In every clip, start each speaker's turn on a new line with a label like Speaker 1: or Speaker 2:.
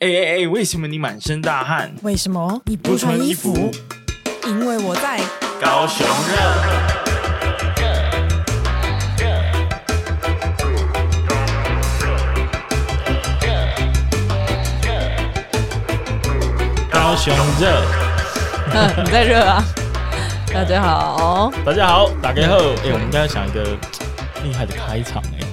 Speaker 1: 哎哎哎，为什么你满身大汗？
Speaker 2: 为什么你不穿衣服？因为我在。
Speaker 1: 高雄热，高雄热。
Speaker 2: 嗯，你在热 啊？大家好，
Speaker 1: 大家好，打开后，哎、我们应该要想一个厉害的开场哎、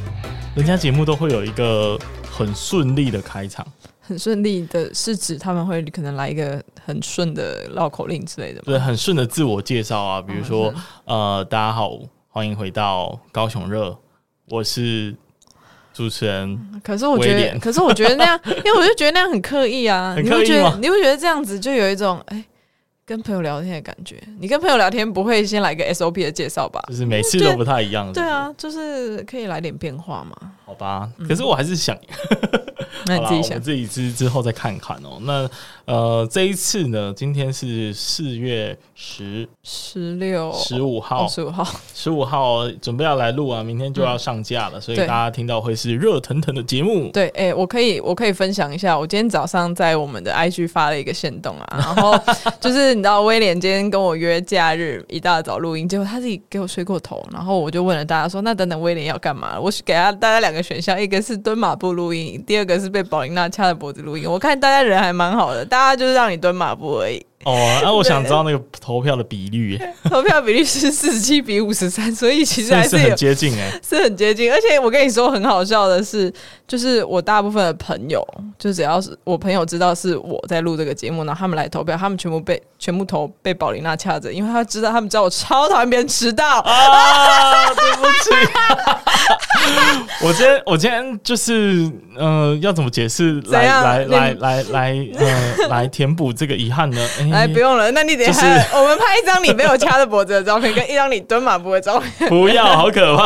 Speaker 1: 人家节目都会有一个很顺利的开场，
Speaker 2: 很顺利的是指他们会可能来一个很顺的绕口令之类的吗。
Speaker 1: 对，很顺的自我介绍啊，比如说、呃，大家好，欢迎回到高雄热，我是主持人，
Speaker 2: 可是我
Speaker 1: 威
Speaker 2: 觉得，
Speaker 1: 廉
Speaker 2: 可是我觉 得那样，因为我就觉得那样很刻意啊。
Speaker 1: 很
Speaker 2: 你
Speaker 1: 刻
Speaker 2: 会
Speaker 1: 意
Speaker 2: 觉
Speaker 1: 吗
Speaker 2: 得，你会觉得这样子就有一种哎、跟朋友聊天的感觉。你跟朋友聊天不会先来个 SOP 的介绍吧？
Speaker 1: 就是每次都不太一样，是不
Speaker 2: 对
Speaker 1: 是，
Speaker 2: 啊，就是可以来点变化嘛。
Speaker 1: 好吧，可是我还是想，
Speaker 2: 那
Speaker 1: 好啦
Speaker 2: 你自己
Speaker 1: 我
Speaker 2: 想
Speaker 1: 们，自己之之后再看看哦、那呃，这一次呢，今天是四月十
Speaker 2: 十六、
Speaker 1: 十五号，
Speaker 2: 十五号，
Speaker 1: 十五号准备要来录啊，明天就要上架了，所以
Speaker 2: 对
Speaker 1: 大家听到会是热腾腾的节目。
Speaker 2: 对，哎、我可以，我可以分享一下，我今天早上在我们的 IG 发了一个线动啊，然后就是你知道威廉今天跟我约假日一大早录音，结果他自己给我睡过头，然后我就问了大家说，那等等威廉要干嘛？我是给他大家两个选项，一个是蹲马步录音，第二个是被宝琳娜掐着脖子录音。我看大家人还蛮好的，大家就是让你蹲马步而已。
Speaker 1: 哦，那、我想知道那个投票的比率，
Speaker 2: 投票比例是四十七比五十三，所以其实
Speaker 1: 真
Speaker 2: 还
Speaker 1: 的是
Speaker 2: 是有
Speaker 1: 很接近哎、
Speaker 2: 是很接近，而且我跟你说很好笑的是，就是我大部分的朋友，就只要是我朋友知道是我在录这个节目，然后他们来投票，他们全部被全部投被宝琳娜掐着，因为他知道他们知道我超讨厌别人 迟到，
Speaker 1: 啊，对不起。 我今天我今天就是呃，要怎么解释来
Speaker 2: 怎样
Speaker 1: 来
Speaker 2: 你
Speaker 1: 来来来呃 来填补这个遗憾呢？ 哎
Speaker 2: 哎，不用了，那你等一下、
Speaker 1: 就是
Speaker 2: 我们拍一张你被我掐着脖子的照片，跟一张你蹲马步的 照片。
Speaker 1: 哎不要， 好可怕。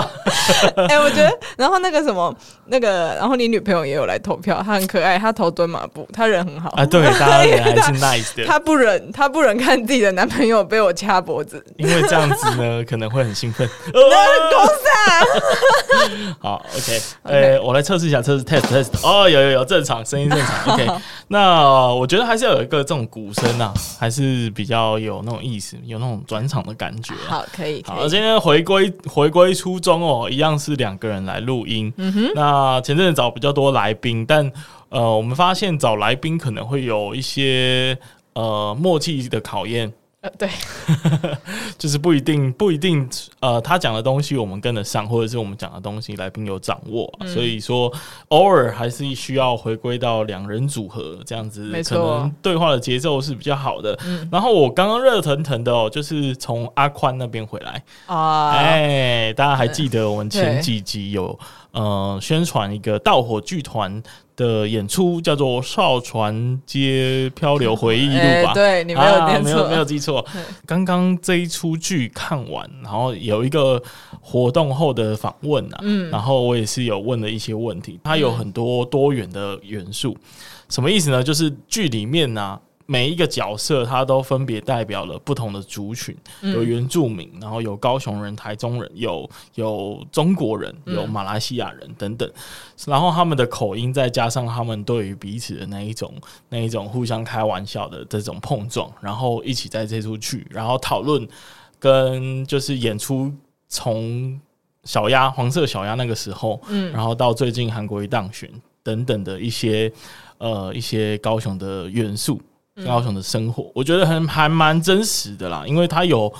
Speaker 2: 哎、我觉得，然后那个什么，那个，然后你女朋友也有来投票，她很可爱，她投蹲马步，她人很好。
Speaker 1: 啊，对，大家也还是 nice 的，
Speaker 2: 她不忍，她不忍看自己的男朋友被我掐 脖子，
Speaker 1: 因为这样子呢，可能会很兴 奋。好，OK，呃， 我来测试一下，测试 test test。哦，有有有，正常，声音正 常。OK，那我觉得还是要有一个这种鼓声啊，还是比较有那种意思，有那种转场的感觉啊。
Speaker 2: 好，可以，可
Speaker 1: 好，
Speaker 2: 以。
Speaker 1: 今天回归回归初衷哦，一样是两个人来录音。嗯哼，那前阵子找比较多来宾，但呃，我们发现找来宾可能会有一些呃默契的考验。
Speaker 2: 呃，对，
Speaker 1: 就是不一定不一定，呃，他讲的东西我们跟得上，或者是我们讲的东西来宾有掌握
Speaker 2: 嗯
Speaker 1: 啊、所以说偶尔还是需要回归到两人组合这样子
Speaker 2: 没，
Speaker 1: 可
Speaker 2: 错嗯
Speaker 1: 能对话的节奏是比较好的。然后我刚刚热腾腾的哦，就是从阿宽那边回来，
Speaker 2: 啊、
Speaker 1: 哎、大家还记得我们前
Speaker 2: 对
Speaker 1: 几集有呃宣传一个盗火剧团的演出，叫做《少船街漂流回忆录》吧？
Speaker 2: 哎对你没有
Speaker 1: 啊
Speaker 2: 念
Speaker 1: 没有
Speaker 2: 错
Speaker 1: 没有记 错。刚刚这一出剧看完，然后有一个活动后的访问啊，
Speaker 2: 嗯
Speaker 1: 然后我也是有问了一些问题，它有很多多元的元素，什么意思呢？就是剧里面呢、每一个角色，它都分别代表了不同的族群，
Speaker 2: 嗯
Speaker 1: 有原住民，然后有高雄人、台中人，有有中国人，
Speaker 2: 嗯
Speaker 1: 有马来西亚人等等。然后他们的口音，再加上他们对于彼此的那一种、那一种互相开玩笑的这种碰撞，然后一起在这出剧，然后讨论跟就是演出从小鸭黄色小鸭那个时候，嗯，然后到最近韩国瑜当选等等的一些呃一些高雄的元素，
Speaker 2: 嗯
Speaker 1: 高雄的生活，我觉得很还蛮真实的啦，因为它有。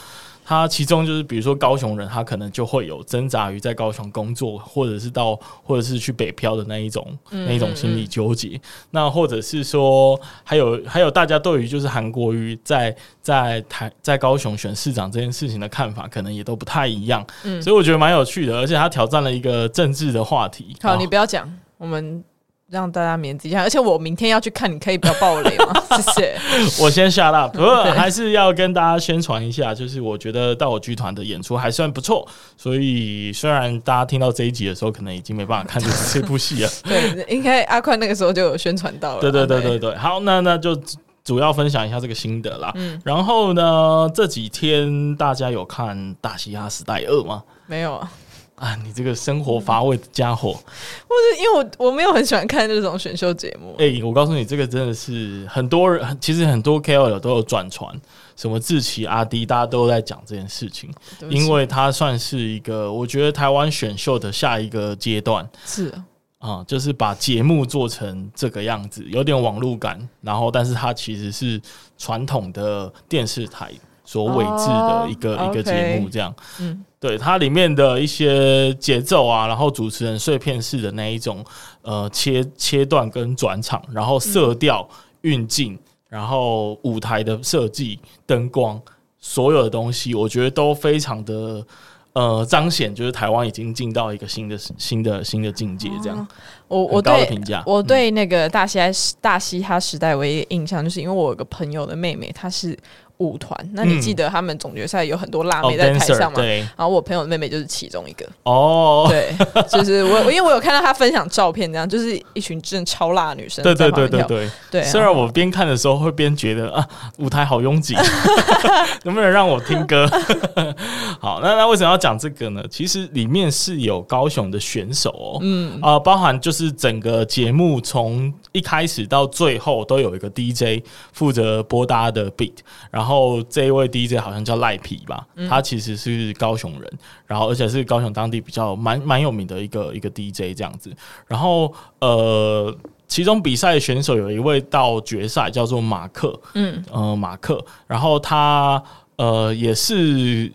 Speaker 1: 它其中就是，比如说高雄人，他可能就会有挣扎于在高雄工作，或者是到，或者是去北漂的那一种、
Speaker 2: 嗯
Speaker 1: 那一种心理纠结。那或者是说，还有还有大家对于就是韩国瑜在在台在高雄选市长这件事情的看法，可能也都不太一样。
Speaker 2: 嗯
Speaker 1: 所以我觉得蛮有趣的，而且他挑战了一个政治的话题。
Speaker 2: 好，你
Speaker 1: 哦
Speaker 2: 不要讲，我们让大家免责一下。而且我明天要去看，你可以不要爆 雷吗？谢谢。
Speaker 1: 我先下啦，不过还是要跟大家宣传一下，就是我觉得到我剧团的演出还算不错，所以虽然大家听到这一集的时候，可能已经没办法看这这部戏了。
Speaker 2: 对，应该阿宽那个时候就有宣传到了。
Speaker 1: 对对对对对，好，那那就主要分享一下这个心得啦。然后呢，这几天大家有看《大嘻哈时代二》吗？
Speaker 2: 没有啊，
Speaker 1: 啊，你这个生活乏味的家伙！
Speaker 2: 我就因为我我没有很喜欢看这种选秀节目，
Speaker 1: 哎、我告诉你，这个真的是很多人，其实很多 KOL 都有转传，什么志奇、阿迪，大家都在讲这件事情，
Speaker 2: 对不起啊
Speaker 1: 因为它算是一个，我觉得台湾选秀的下一个阶段
Speaker 2: 是啊
Speaker 1: 啊、就是把节目做成这个样子，有点网络感，然后但是它其实是传统的电视台所伪制的一个、
Speaker 2: 哦
Speaker 1: 一个
Speaker 2: OK
Speaker 1: 节目这样。
Speaker 2: 嗯，
Speaker 1: 对它里面的一些节奏啊，然后主持人碎片式的那一种呃切切断跟转场，然后
Speaker 2: 嗯
Speaker 1: 色调、运镜，然后舞台的设计、灯光，所有的东西，我觉得都非常的呃彰显，就是台湾已经进到一个新的新的新的境界，这样、
Speaker 2: 哦我我
Speaker 1: 很高的
Speaker 2: 对
Speaker 1: 评价。哦嗯
Speaker 2: 我对那个大嘻哈时大嘻哈时代唯一的印象，就是因为我有个朋友的妹妹，她是舞团。那你
Speaker 1: 嗯
Speaker 2: 记得他们总决赛有很多辣
Speaker 1: 哦
Speaker 2: 妹在台上
Speaker 1: ，dancer
Speaker 2: 吗？
Speaker 1: 对
Speaker 2: 然后我朋友的妹妹就是其中一个，
Speaker 1: 哦，
Speaker 2: 对，就是我，我因为我有看到她分享照片，这样就是一群真的超辣的女生
Speaker 1: 对对
Speaker 2: 在旁
Speaker 1: 对
Speaker 2: 边
Speaker 1: 对
Speaker 2: 跳，
Speaker 1: 对。
Speaker 2: 对啊
Speaker 1: 虽然我边看的时候会边觉得啊，舞台好拥 挤， 能不能让我听歌？ 好，那那为什么要讲这个呢？其实里面是有高雄的选手哦，嗯，啊、包含就是整个节目从一开始到最后都有一个 DJ 负责播大家的 beat，然后这一位 DJ 好像叫赖皮吧，
Speaker 2: 嗯
Speaker 1: 他其实是高雄人，然后而且是高雄当地比较蛮蛮有名的一个一个 DJ 这样子，然后呃。其中比赛的选手有一位到决赛，叫做马克，嗯，呃，马克，然后他呃也是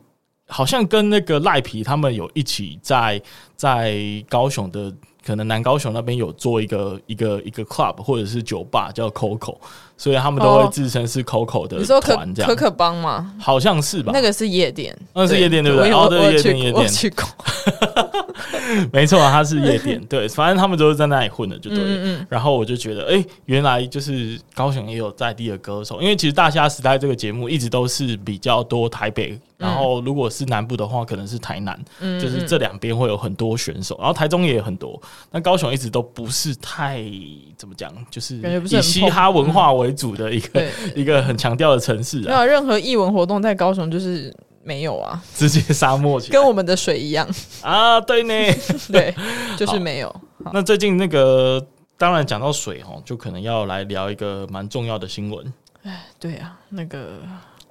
Speaker 1: 好像跟那个赖皮他们有一起在在高雄的。可能南高雄那边有做一个一个一个 club 或者是酒吧叫 Coco，所以他们都会
Speaker 2: 哦
Speaker 1: 自称是 Coco 的
Speaker 2: 你说可
Speaker 1: 团这样
Speaker 2: 可，可帮吗？
Speaker 1: 好像是吧？
Speaker 2: 那个是夜店，
Speaker 1: 那是夜店对不
Speaker 2: 我
Speaker 1: 对
Speaker 2: 有
Speaker 1: 哦
Speaker 2: 我
Speaker 1: 对
Speaker 2: 有
Speaker 1: 夜
Speaker 2: 去
Speaker 1: 店夜
Speaker 2: 过我有
Speaker 1: 店
Speaker 2: 去过，
Speaker 1: 没错，他是夜店，对，反正他们都是在那里混的，就对了。
Speaker 2: 嗯嗯
Speaker 1: 然后我就觉得，哎、原来就是高雄也有在地的歌手，因为其实《大虾时代》这个节目一直都是比较多台北，然后如果是南部的话，可能是台南，
Speaker 2: 嗯，
Speaker 1: 就是这两边会有很多选手，然后台中也有很多，但高雄一直都不是太怎么讲，就是
Speaker 2: 感觉不是
Speaker 1: 以
Speaker 2: 很嗯
Speaker 1: 嘻
Speaker 2: 碰
Speaker 1: 哈文化为主的一 个、
Speaker 2: 对，
Speaker 1: 一个很强调的城市
Speaker 2: 没
Speaker 1: 啊，
Speaker 2: 有任何艺文活动在高雄就是没有啊，
Speaker 1: 直接沙漠起来
Speaker 2: 跟我们的水一样，
Speaker 1: 啊，对呢。
Speaker 2: 对，就是
Speaker 1: 好
Speaker 2: 没有。好
Speaker 1: 那最近那个，当然讲到水哦，就可能要来聊一个蛮重要的新闻，
Speaker 2: 对啊，那个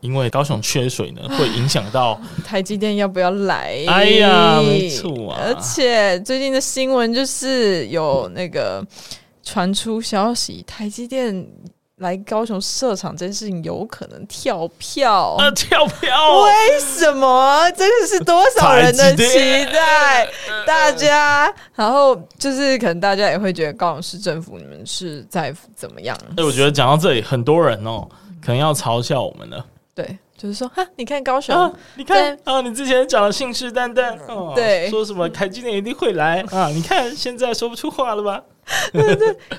Speaker 1: 因为高雄缺水呢，会影响 到，
Speaker 2: 台积电要不要来？
Speaker 1: 哎呀，没错啊
Speaker 2: 而，且最近的新闻就是有那个传出消息，台积电来高雄设厂这件事情有可能跳票。
Speaker 1: 啊跳 票，
Speaker 2: 为什么？这个是多少人的
Speaker 1: 台积
Speaker 2: 期
Speaker 1: 电
Speaker 2: 待？大家，然后就是可能大家也会觉得高雄市政府你们是在怎么样？
Speaker 1: 哎，我觉得讲到这里，很多人哦，可能要嘲笑我们了。
Speaker 2: 对，就是说哈，你看高雄，
Speaker 1: 啊，你看啊，你之前讲的信誓旦旦，哦、
Speaker 2: 对
Speaker 1: 说什么台积电一定会来啊，你看现在说不出话了吧？
Speaker 2: 可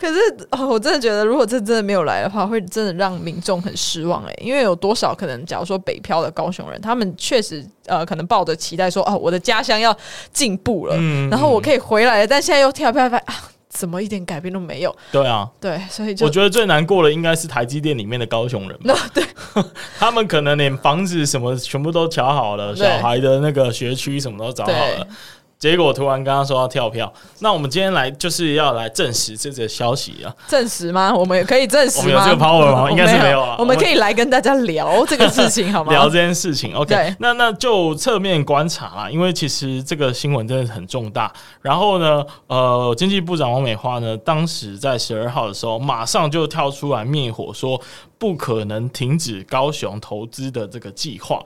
Speaker 2: 是、哦、我真的觉得，如果这真的没有来的话，会真的让民众很失望哎、因为有多少可能，假如说北漂的高雄人，他们确实呃，可能抱着期待说，哦，我的家乡要进步了，
Speaker 1: 嗯
Speaker 2: 然后我可以回来了，但现在又跳票发现啊，怎么一点改变都没有？
Speaker 1: 对啊，
Speaker 2: 对，所以就
Speaker 1: 我觉得最难过的应该是台积电里面的高雄人吧，
Speaker 2: 对
Speaker 1: 他们可能连房子什么全部都瞧好了，
Speaker 2: 对
Speaker 1: 小孩的那个学区什么都找好了
Speaker 2: 对。
Speaker 1: 结果突然刚刚说要跳票，那我们今天来就是要来证实这则消息啊！
Speaker 2: 证实吗？我们也可以证实
Speaker 1: 我们有
Speaker 2: 吗？
Speaker 1: 这个 power 吗
Speaker 2: 我
Speaker 1: 应该是
Speaker 2: 没
Speaker 1: 没有啊
Speaker 2: 我们可以来跟大家聊这个事 情好吗？
Speaker 1: 聊这件事情，OK？
Speaker 2: 对
Speaker 1: 那那就侧面观察啦，因为其实这个新闻真的很重大。然后呢，呃，经济部长王美花呢，当时在十二号的时候，马上就跳出来灭火，说不可能停止高雄投资的这个计划。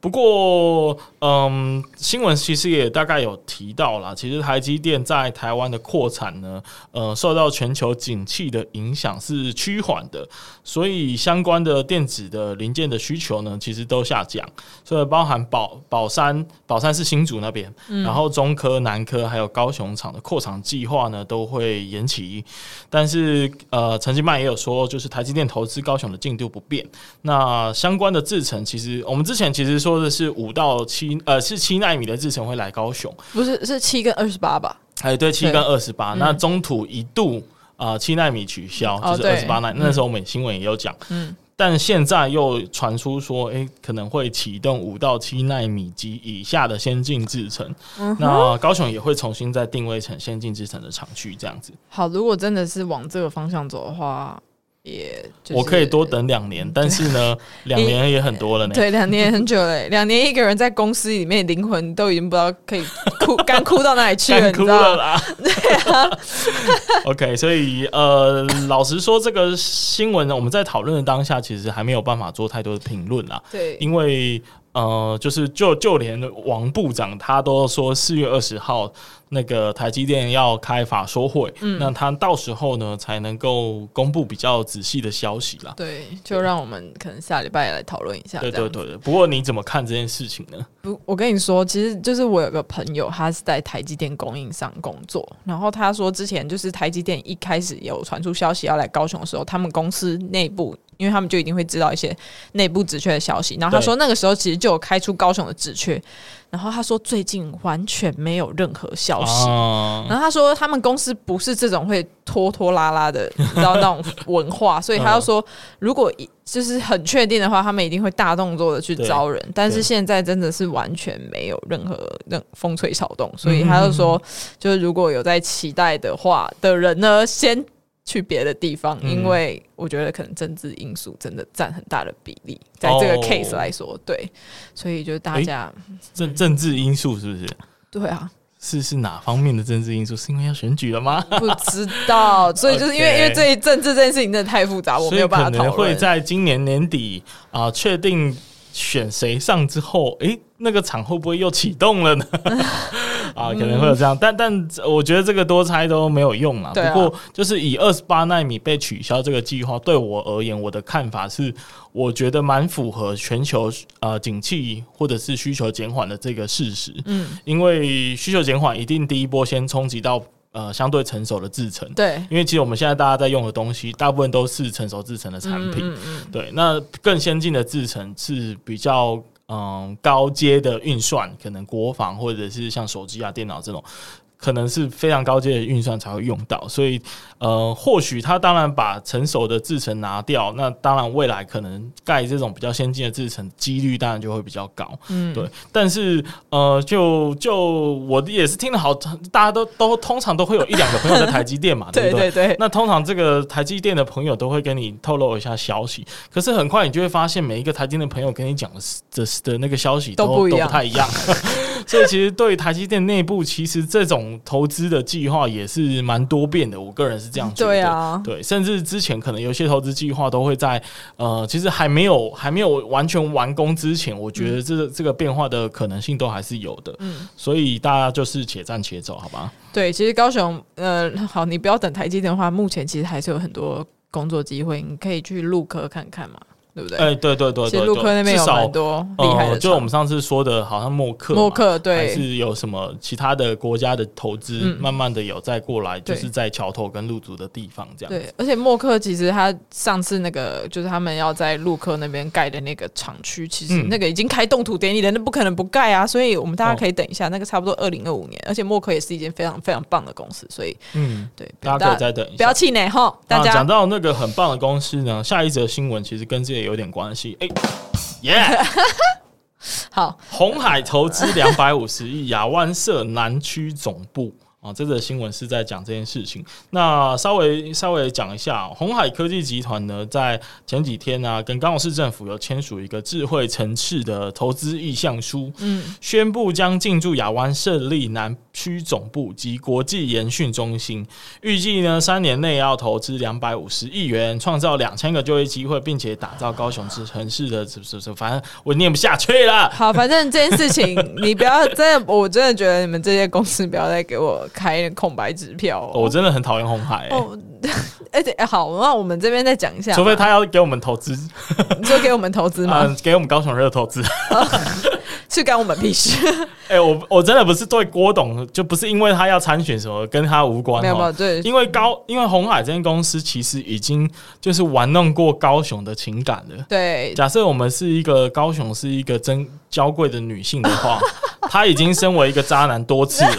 Speaker 1: 不过，嗯，新闻其实也大概有提到啦。其实台积电在台湾的扩产呢，呃，受到全球景气的影响是趋缓的，所以相关的电子的零件的需求呢，其实都下降。所以包含宝宝山，宝山是新竹那边，然后中科、南科还有高雄厂的扩厂计划呢，都会延期。但是呃，陈其迈也有说，就是台积电投资高雄的进度不变。那相关的制程，其实我们之前其实说的是五到七，呃，是七纳米的制程会来高雄，
Speaker 2: 不是是七跟二十八吧？
Speaker 1: 哎，对，七
Speaker 2: 对
Speaker 1: 跟二十八，
Speaker 2: 嗯
Speaker 1: 那中途一度啊七纳米取消，
Speaker 2: 哦
Speaker 1: 就是
Speaker 2: 对
Speaker 1: 二十八纳，那时候我们新闻也有讲，
Speaker 2: 嗯
Speaker 1: 但现在又传出说，诶、可能会启动五到七纳米及以下的先进制程，
Speaker 2: 嗯
Speaker 1: 那高雄也会重新再定位成先进制程的厂区，这样子。
Speaker 2: 好，如果真的是往这个方向走的话，也、就是、嗯
Speaker 1: 我可以多等两年，但是呢， 两年也很多了呢。
Speaker 2: 对，两年很久嘞，两年一个人在公司里面，灵魂都已经不知道可以 哭，干哭到哪里去了，
Speaker 1: 干
Speaker 2: 你
Speaker 1: 哭
Speaker 2: 知
Speaker 1: 了
Speaker 2: 道？
Speaker 1: 啦。对啊。OK，所以呃，老实说，这个新闻呢，我们在讨论的当下，其实还没有办法做太多的评论啦，
Speaker 2: 对，
Speaker 1: 因为呃，就是就就连王部长他都说四月二十号那个台积电要开法说会，
Speaker 2: 嗯
Speaker 1: 那他到时候呢才能够公布比较仔细的消息啦。
Speaker 2: 对，就让我们可能下礼拜来讨论一下。
Speaker 1: 对
Speaker 2: 这样
Speaker 1: 对对，对不过你怎么看这件事情呢？
Speaker 2: 不，我跟你说，其实就是我有个朋友，他是在台积电供应商工作，然后他说之前就是台积电一开始有传出消息要来高雄的时候，他们公司内部。因为他们就一定会知道一些内部职缺的消息，然后他
Speaker 1: 对
Speaker 2: 说那个时候其实就有开出高雄的职缺，然后他说最近完全没有任何消息，
Speaker 1: 啊
Speaker 2: 然后他说，他们公司不是这种会拖拖拉拉 的，你知道那种文化，所以他就说，如果一就是很确定的话，他们一定会大动作的去招人。但是现在真的是完全没有任何任风吹草动，所以他就说，
Speaker 1: 嗯
Speaker 2: 就是如果有在期待的话的人呢，先去别的地方，
Speaker 1: 嗯
Speaker 2: 因为我觉得可能政治因素真的占很大的比例，在这个
Speaker 1: 哦
Speaker 2: case 来说，对，所以就是大
Speaker 1: 诶
Speaker 2: 家
Speaker 1: 政政治因素是不是？
Speaker 2: 对啊，
Speaker 1: 是是哪方面的政治因素？是因为要选举了吗？
Speaker 2: 不知 道，所以就是因为
Speaker 1: OK
Speaker 2: 因为这一政治这件事情真的太复杂，我
Speaker 1: 所
Speaker 2: 没
Speaker 1: 以
Speaker 2: 有办
Speaker 1: 可
Speaker 2: 法讨
Speaker 1: 能
Speaker 2: 论。
Speaker 1: 会在今年年底啊，确、定选谁上之后，诶、那个厂会不会又启动 了呢？啊，可能会有这样，但但我觉得这个多猜都没有用啦。
Speaker 2: 嗯对啊
Speaker 1: 不过，就是以二十八纳米被取消这个计划，对我而言，我的看法是，我觉得蛮符合全球呃景气或者是需求减缓的这个事实。
Speaker 2: 嗯，
Speaker 1: 因为需求减缓，一定第一波先冲击到呃相对成熟的制程。
Speaker 2: 对，
Speaker 1: 因为其实我们现在大家在用的东西，大部分都是成熟制成的产品。
Speaker 2: 嗯嗯
Speaker 1: 对，那更先进的制成是比较嗯高阶的运算，可能国防或者是像手机啊、电脑这种。可能是非常高阶的运算才会用到，所以呃，或许它当然把成熟的制程拿掉，那当然未来可能盖这种比较先进的制程几率当然就会比较高。
Speaker 2: 嗯，
Speaker 1: 对，但是呃，就就我也是听了好，大家都都通常都会有一两个朋友在台积电 嘛，
Speaker 2: 对
Speaker 1: 不
Speaker 2: 对对，
Speaker 1: 那通常这个台积电的朋友都会跟你透露一下消息，可是很快你就会发现，每一个台积电的朋友跟你讲的的的那个消息都
Speaker 2: 都不一样
Speaker 1: 太一样。 所以其实对于台积电内部，其实这种投资的计划也是蛮多变的。我个人是这样觉得。
Speaker 2: 对啊
Speaker 1: 对，甚至之前可能有些投资计划都会在呃，其实还没有还没有完全完工之前，我觉得这、这个变化的可能性都还是有的。
Speaker 2: 嗯
Speaker 1: 所以大家就是且战且走，好吧？
Speaker 2: 对，其实高雄，呃，好，你不要等台积电的话，目前其实还是有很多工作机会，你可以去陆科看看嘛，对不对？
Speaker 1: 哎、对对对
Speaker 2: 其
Speaker 1: 对对，
Speaker 2: 实陆科那边有
Speaker 1: 至少
Speaker 2: 蛮多厉害的
Speaker 1: 呃，就是我
Speaker 2: 厂，
Speaker 1: 们上次说的，好像默克嘛
Speaker 2: 默克
Speaker 1: 还
Speaker 2: 对，
Speaker 1: 是有什么其他的国家的投资，
Speaker 2: 嗯
Speaker 1: 慢慢的有在过来，就
Speaker 2: 对
Speaker 1: 是在桥头跟陆足的地方这样。
Speaker 2: 对，而且默克其实他上次那个就是他们要在陆科那边盖的那个厂区，其实
Speaker 1: 嗯
Speaker 2: 那个已经开动土典礼了，那不可能不盖啊。所以我们大家
Speaker 1: 哦
Speaker 2: 可以等一下，那个差不多二零二五年。而且默克也是一间非常非常棒的公司，所以
Speaker 1: 嗯，
Speaker 2: 对，不
Speaker 1: 大
Speaker 2: 要
Speaker 1: 家可以再等一
Speaker 2: 不要
Speaker 1: 下。
Speaker 2: 气馁哈，大
Speaker 1: 那
Speaker 2: 家
Speaker 1: 讲、到那个很棒的公司呢，下一则新闻其实跟这个有点关系。哎、耶、
Speaker 2: 好。
Speaker 1: 红海投资两百五十亿亚湾社南区总部啊，这则新闻是在讲这件事情。那稍微稍微讲一下哦，红海科技集团呢，在前几天呢、跟高雄市政府有签署一个智慧城市的投资意向书，
Speaker 2: 嗯，
Speaker 1: 宣布将进驻亚湾设立南区总部及国际研训中心，预计呢三年内要投资两百五十亿元，创造两千个就业机会，并且打造高雄市城市的什么什么什么，反正我念不下去了。
Speaker 2: 好，反正这件事 情你不要真的，我真的觉得你们这些公司不要再给我开空白支票
Speaker 1: 哦我
Speaker 2: 哦。
Speaker 1: 真的很讨厌红海、欸
Speaker 2: 哦，而且、好，那我们这边再讲一下嘛，
Speaker 1: 除非他要给我们投资，
Speaker 2: 你说给我们投资
Speaker 1: 嗯、
Speaker 2: 吗？
Speaker 1: 给我们高雄热投资。
Speaker 2: 是干我们屁事？
Speaker 1: 哎、我我真的不是对郭董，就不是因为他要参选什么，跟他无关
Speaker 2: 没有没有，
Speaker 1: 哦。
Speaker 2: 对，
Speaker 1: 因为高，因为红海这间公司其实已经就是玩弄过高雄的情感了。
Speaker 2: 对，
Speaker 1: 假设我们是一个高雄是一个真娇贵的女性的 话，她已经身为一个渣男多次了，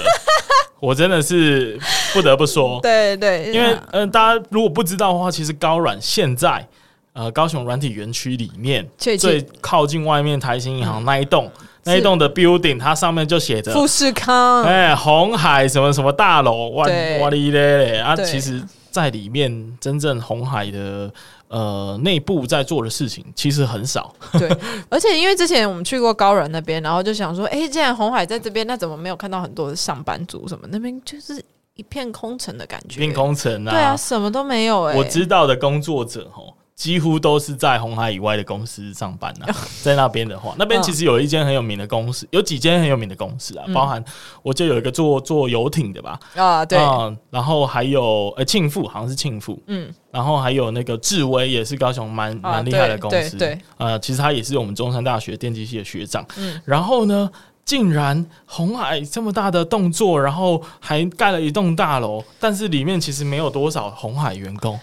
Speaker 1: 我真的是不得不说。
Speaker 2: 对对，
Speaker 1: 因为嗯、呃大家如果不知道的话，其实高软现在。呃高雄软体园区里面
Speaker 2: 确切
Speaker 1: 最靠近外面台新银行那一栋那一栋的 building，它上面就写着
Speaker 2: 富士康，
Speaker 1: 哎红海什么什么大楼，哇
Speaker 2: 对
Speaker 1: 哇哩嘞嘞啊！
Speaker 2: 对
Speaker 1: 其实，在里面真正红海的呃内部在做的事情其实很少，
Speaker 2: 对，而且因为之前我们去过高人那边，然后就想说，哎、既然红海在这边，那怎么没有看到很多的上班族什么？那边就是一片空城的感觉，
Speaker 1: 运工程
Speaker 2: 对啊，什么都没有哎、
Speaker 1: 我知道的工作者吼，几乎都是在红海以外的公司上班呐、在那边的话，那边其实有一间很有名的公司，有几间很有名的公司啊，包含我就有一个做做游艇的吧，
Speaker 2: 啊，对，
Speaker 1: 嗯然后还有呃庆富，好像是庆富，
Speaker 2: 嗯，
Speaker 1: 然后还有那个智威，也是高雄蛮
Speaker 2: 啊
Speaker 1: 蛮厉害的公司，
Speaker 2: 对对
Speaker 1: 呃，其实他也是我们中山大学电机系的学长，
Speaker 2: 嗯
Speaker 1: 然后呢。竟然红海这么大的动作，然后还盖了一栋大楼，但是里面其实没有多少红海员工，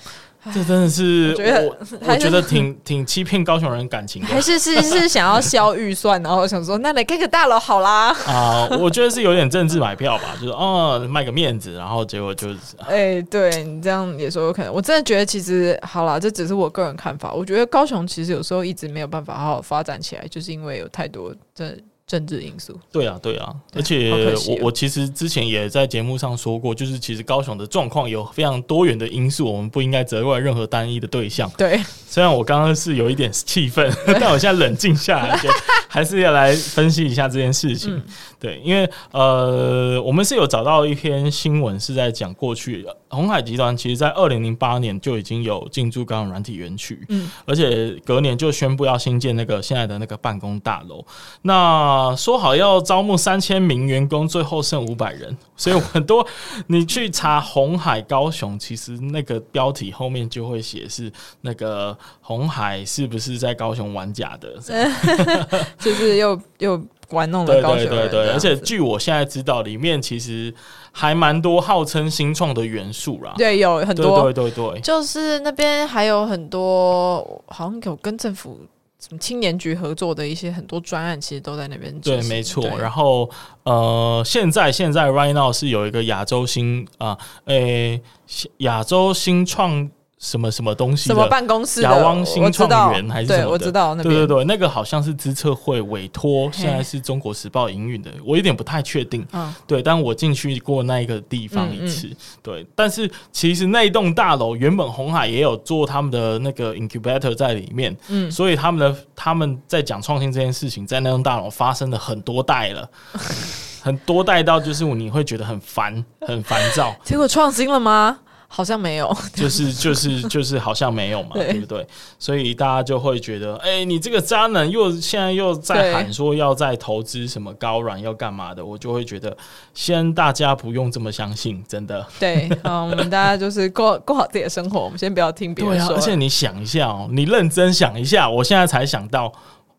Speaker 1: 这真的是
Speaker 2: 我觉得
Speaker 1: 我
Speaker 2: 还
Speaker 1: 我
Speaker 2: 是
Speaker 1: 觉得挺挺欺骗高雄人感情的
Speaker 2: 还是是是想要消预算，然后想说，那来盖个大楼好啦。
Speaker 1: 啊、我觉得是有点政治买票吧，就是哦卖个面子，然后结果就是
Speaker 2: 哎、对你这样也说有可能。我真的觉得其实好啦，这只是我个人看法。我觉得高雄其实有时候一直没有办法好好发展起来，就是因为有太多政政治因素。
Speaker 1: 对啊，对啊，
Speaker 2: 对
Speaker 1: 而且
Speaker 2: 好可惜哦
Speaker 1: 我我其实之前也在节目上说过，就是其实高雄的状况有非常多元的因素，我们不应该责怪任何单一的对象。
Speaker 2: 对，
Speaker 1: 虽然我刚刚是有一点气愤，但我现在冷静下来，觉得还是要来分析一下这件事情。对，因为呃，我们是有找到一篇新闻是在讲过去红海集团其实在二零零八年就已经有进驻高雄软体园区，
Speaker 2: 嗯
Speaker 1: 而且隔年就宣布要新建那个现在的那个办公大楼。那说好要招募三千名员工，最后剩五百人，所以很多你去查红海高雄，其实那个标题后面就会写是那个红海是不是在高雄玩假的？
Speaker 2: 就是又又玩弄了
Speaker 1: 对
Speaker 2: 呃高雄
Speaker 1: 对对
Speaker 2: 人这
Speaker 1: 对，
Speaker 2: 样
Speaker 1: 而且
Speaker 2: 子
Speaker 1: 据我现在知道，里面其实还蛮多号称新创的元素啦。
Speaker 2: 对有很
Speaker 1: 对对
Speaker 2: 多，
Speaker 1: 对对，
Speaker 2: 就是那边还有很多，好像有跟政府什么青年局合作的一些很多专案，其实都在那边执
Speaker 1: 对，
Speaker 2: 行。
Speaker 1: 没错。
Speaker 2: 对
Speaker 1: 然后呃，现在现在 right now 是有一个亚洲新啊，诶、亚洲新创什么什么东西
Speaker 2: 什么
Speaker 1: 的。
Speaker 2: 办公室的
Speaker 1: 亚汪新
Speaker 2: 我知道
Speaker 1: 创园还是什么
Speaker 2: 对，
Speaker 1: 的
Speaker 2: 我知道那
Speaker 1: 对
Speaker 2: 边
Speaker 1: 对对，那个好像是资策会委托，
Speaker 2: 嘿
Speaker 1: 现在是中国时报营运的，我有点不太确定。
Speaker 2: 嗯，
Speaker 1: 对，但我进去过那一个地方
Speaker 2: 嗯
Speaker 1: 一次。对，但是其实那一栋大楼原本红海也有做他们的那个 incubator 在里面，
Speaker 2: 嗯
Speaker 1: 所以他们的他们在讲创新这件事情，在那栋大楼发生了很多代了， 很多代到就是你会觉得很烦，很烦躁。
Speaker 2: 结果创新了吗？好像没有，
Speaker 1: 就是就是就是好像没有嘛，
Speaker 2: 对
Speaker 1: 对不对？所以大家就会觉得，哎、你这个渣男又现在又在
Speaker 2: 对
Speaker 1: 喊说要再投资什么高软要干嘛的，我就会觉得，先大家不用这么相信，真的。
Speaker 2: 对，嗯，我们大家就是过过好自己的生活，我们先不要听别
Speaker 1: 对
Speaker 2: 人
Speaker 1: 啊，
Speaker 2: 说。
Speaker 1: 而且你想一下哦，你认真想一下，我现在才想到，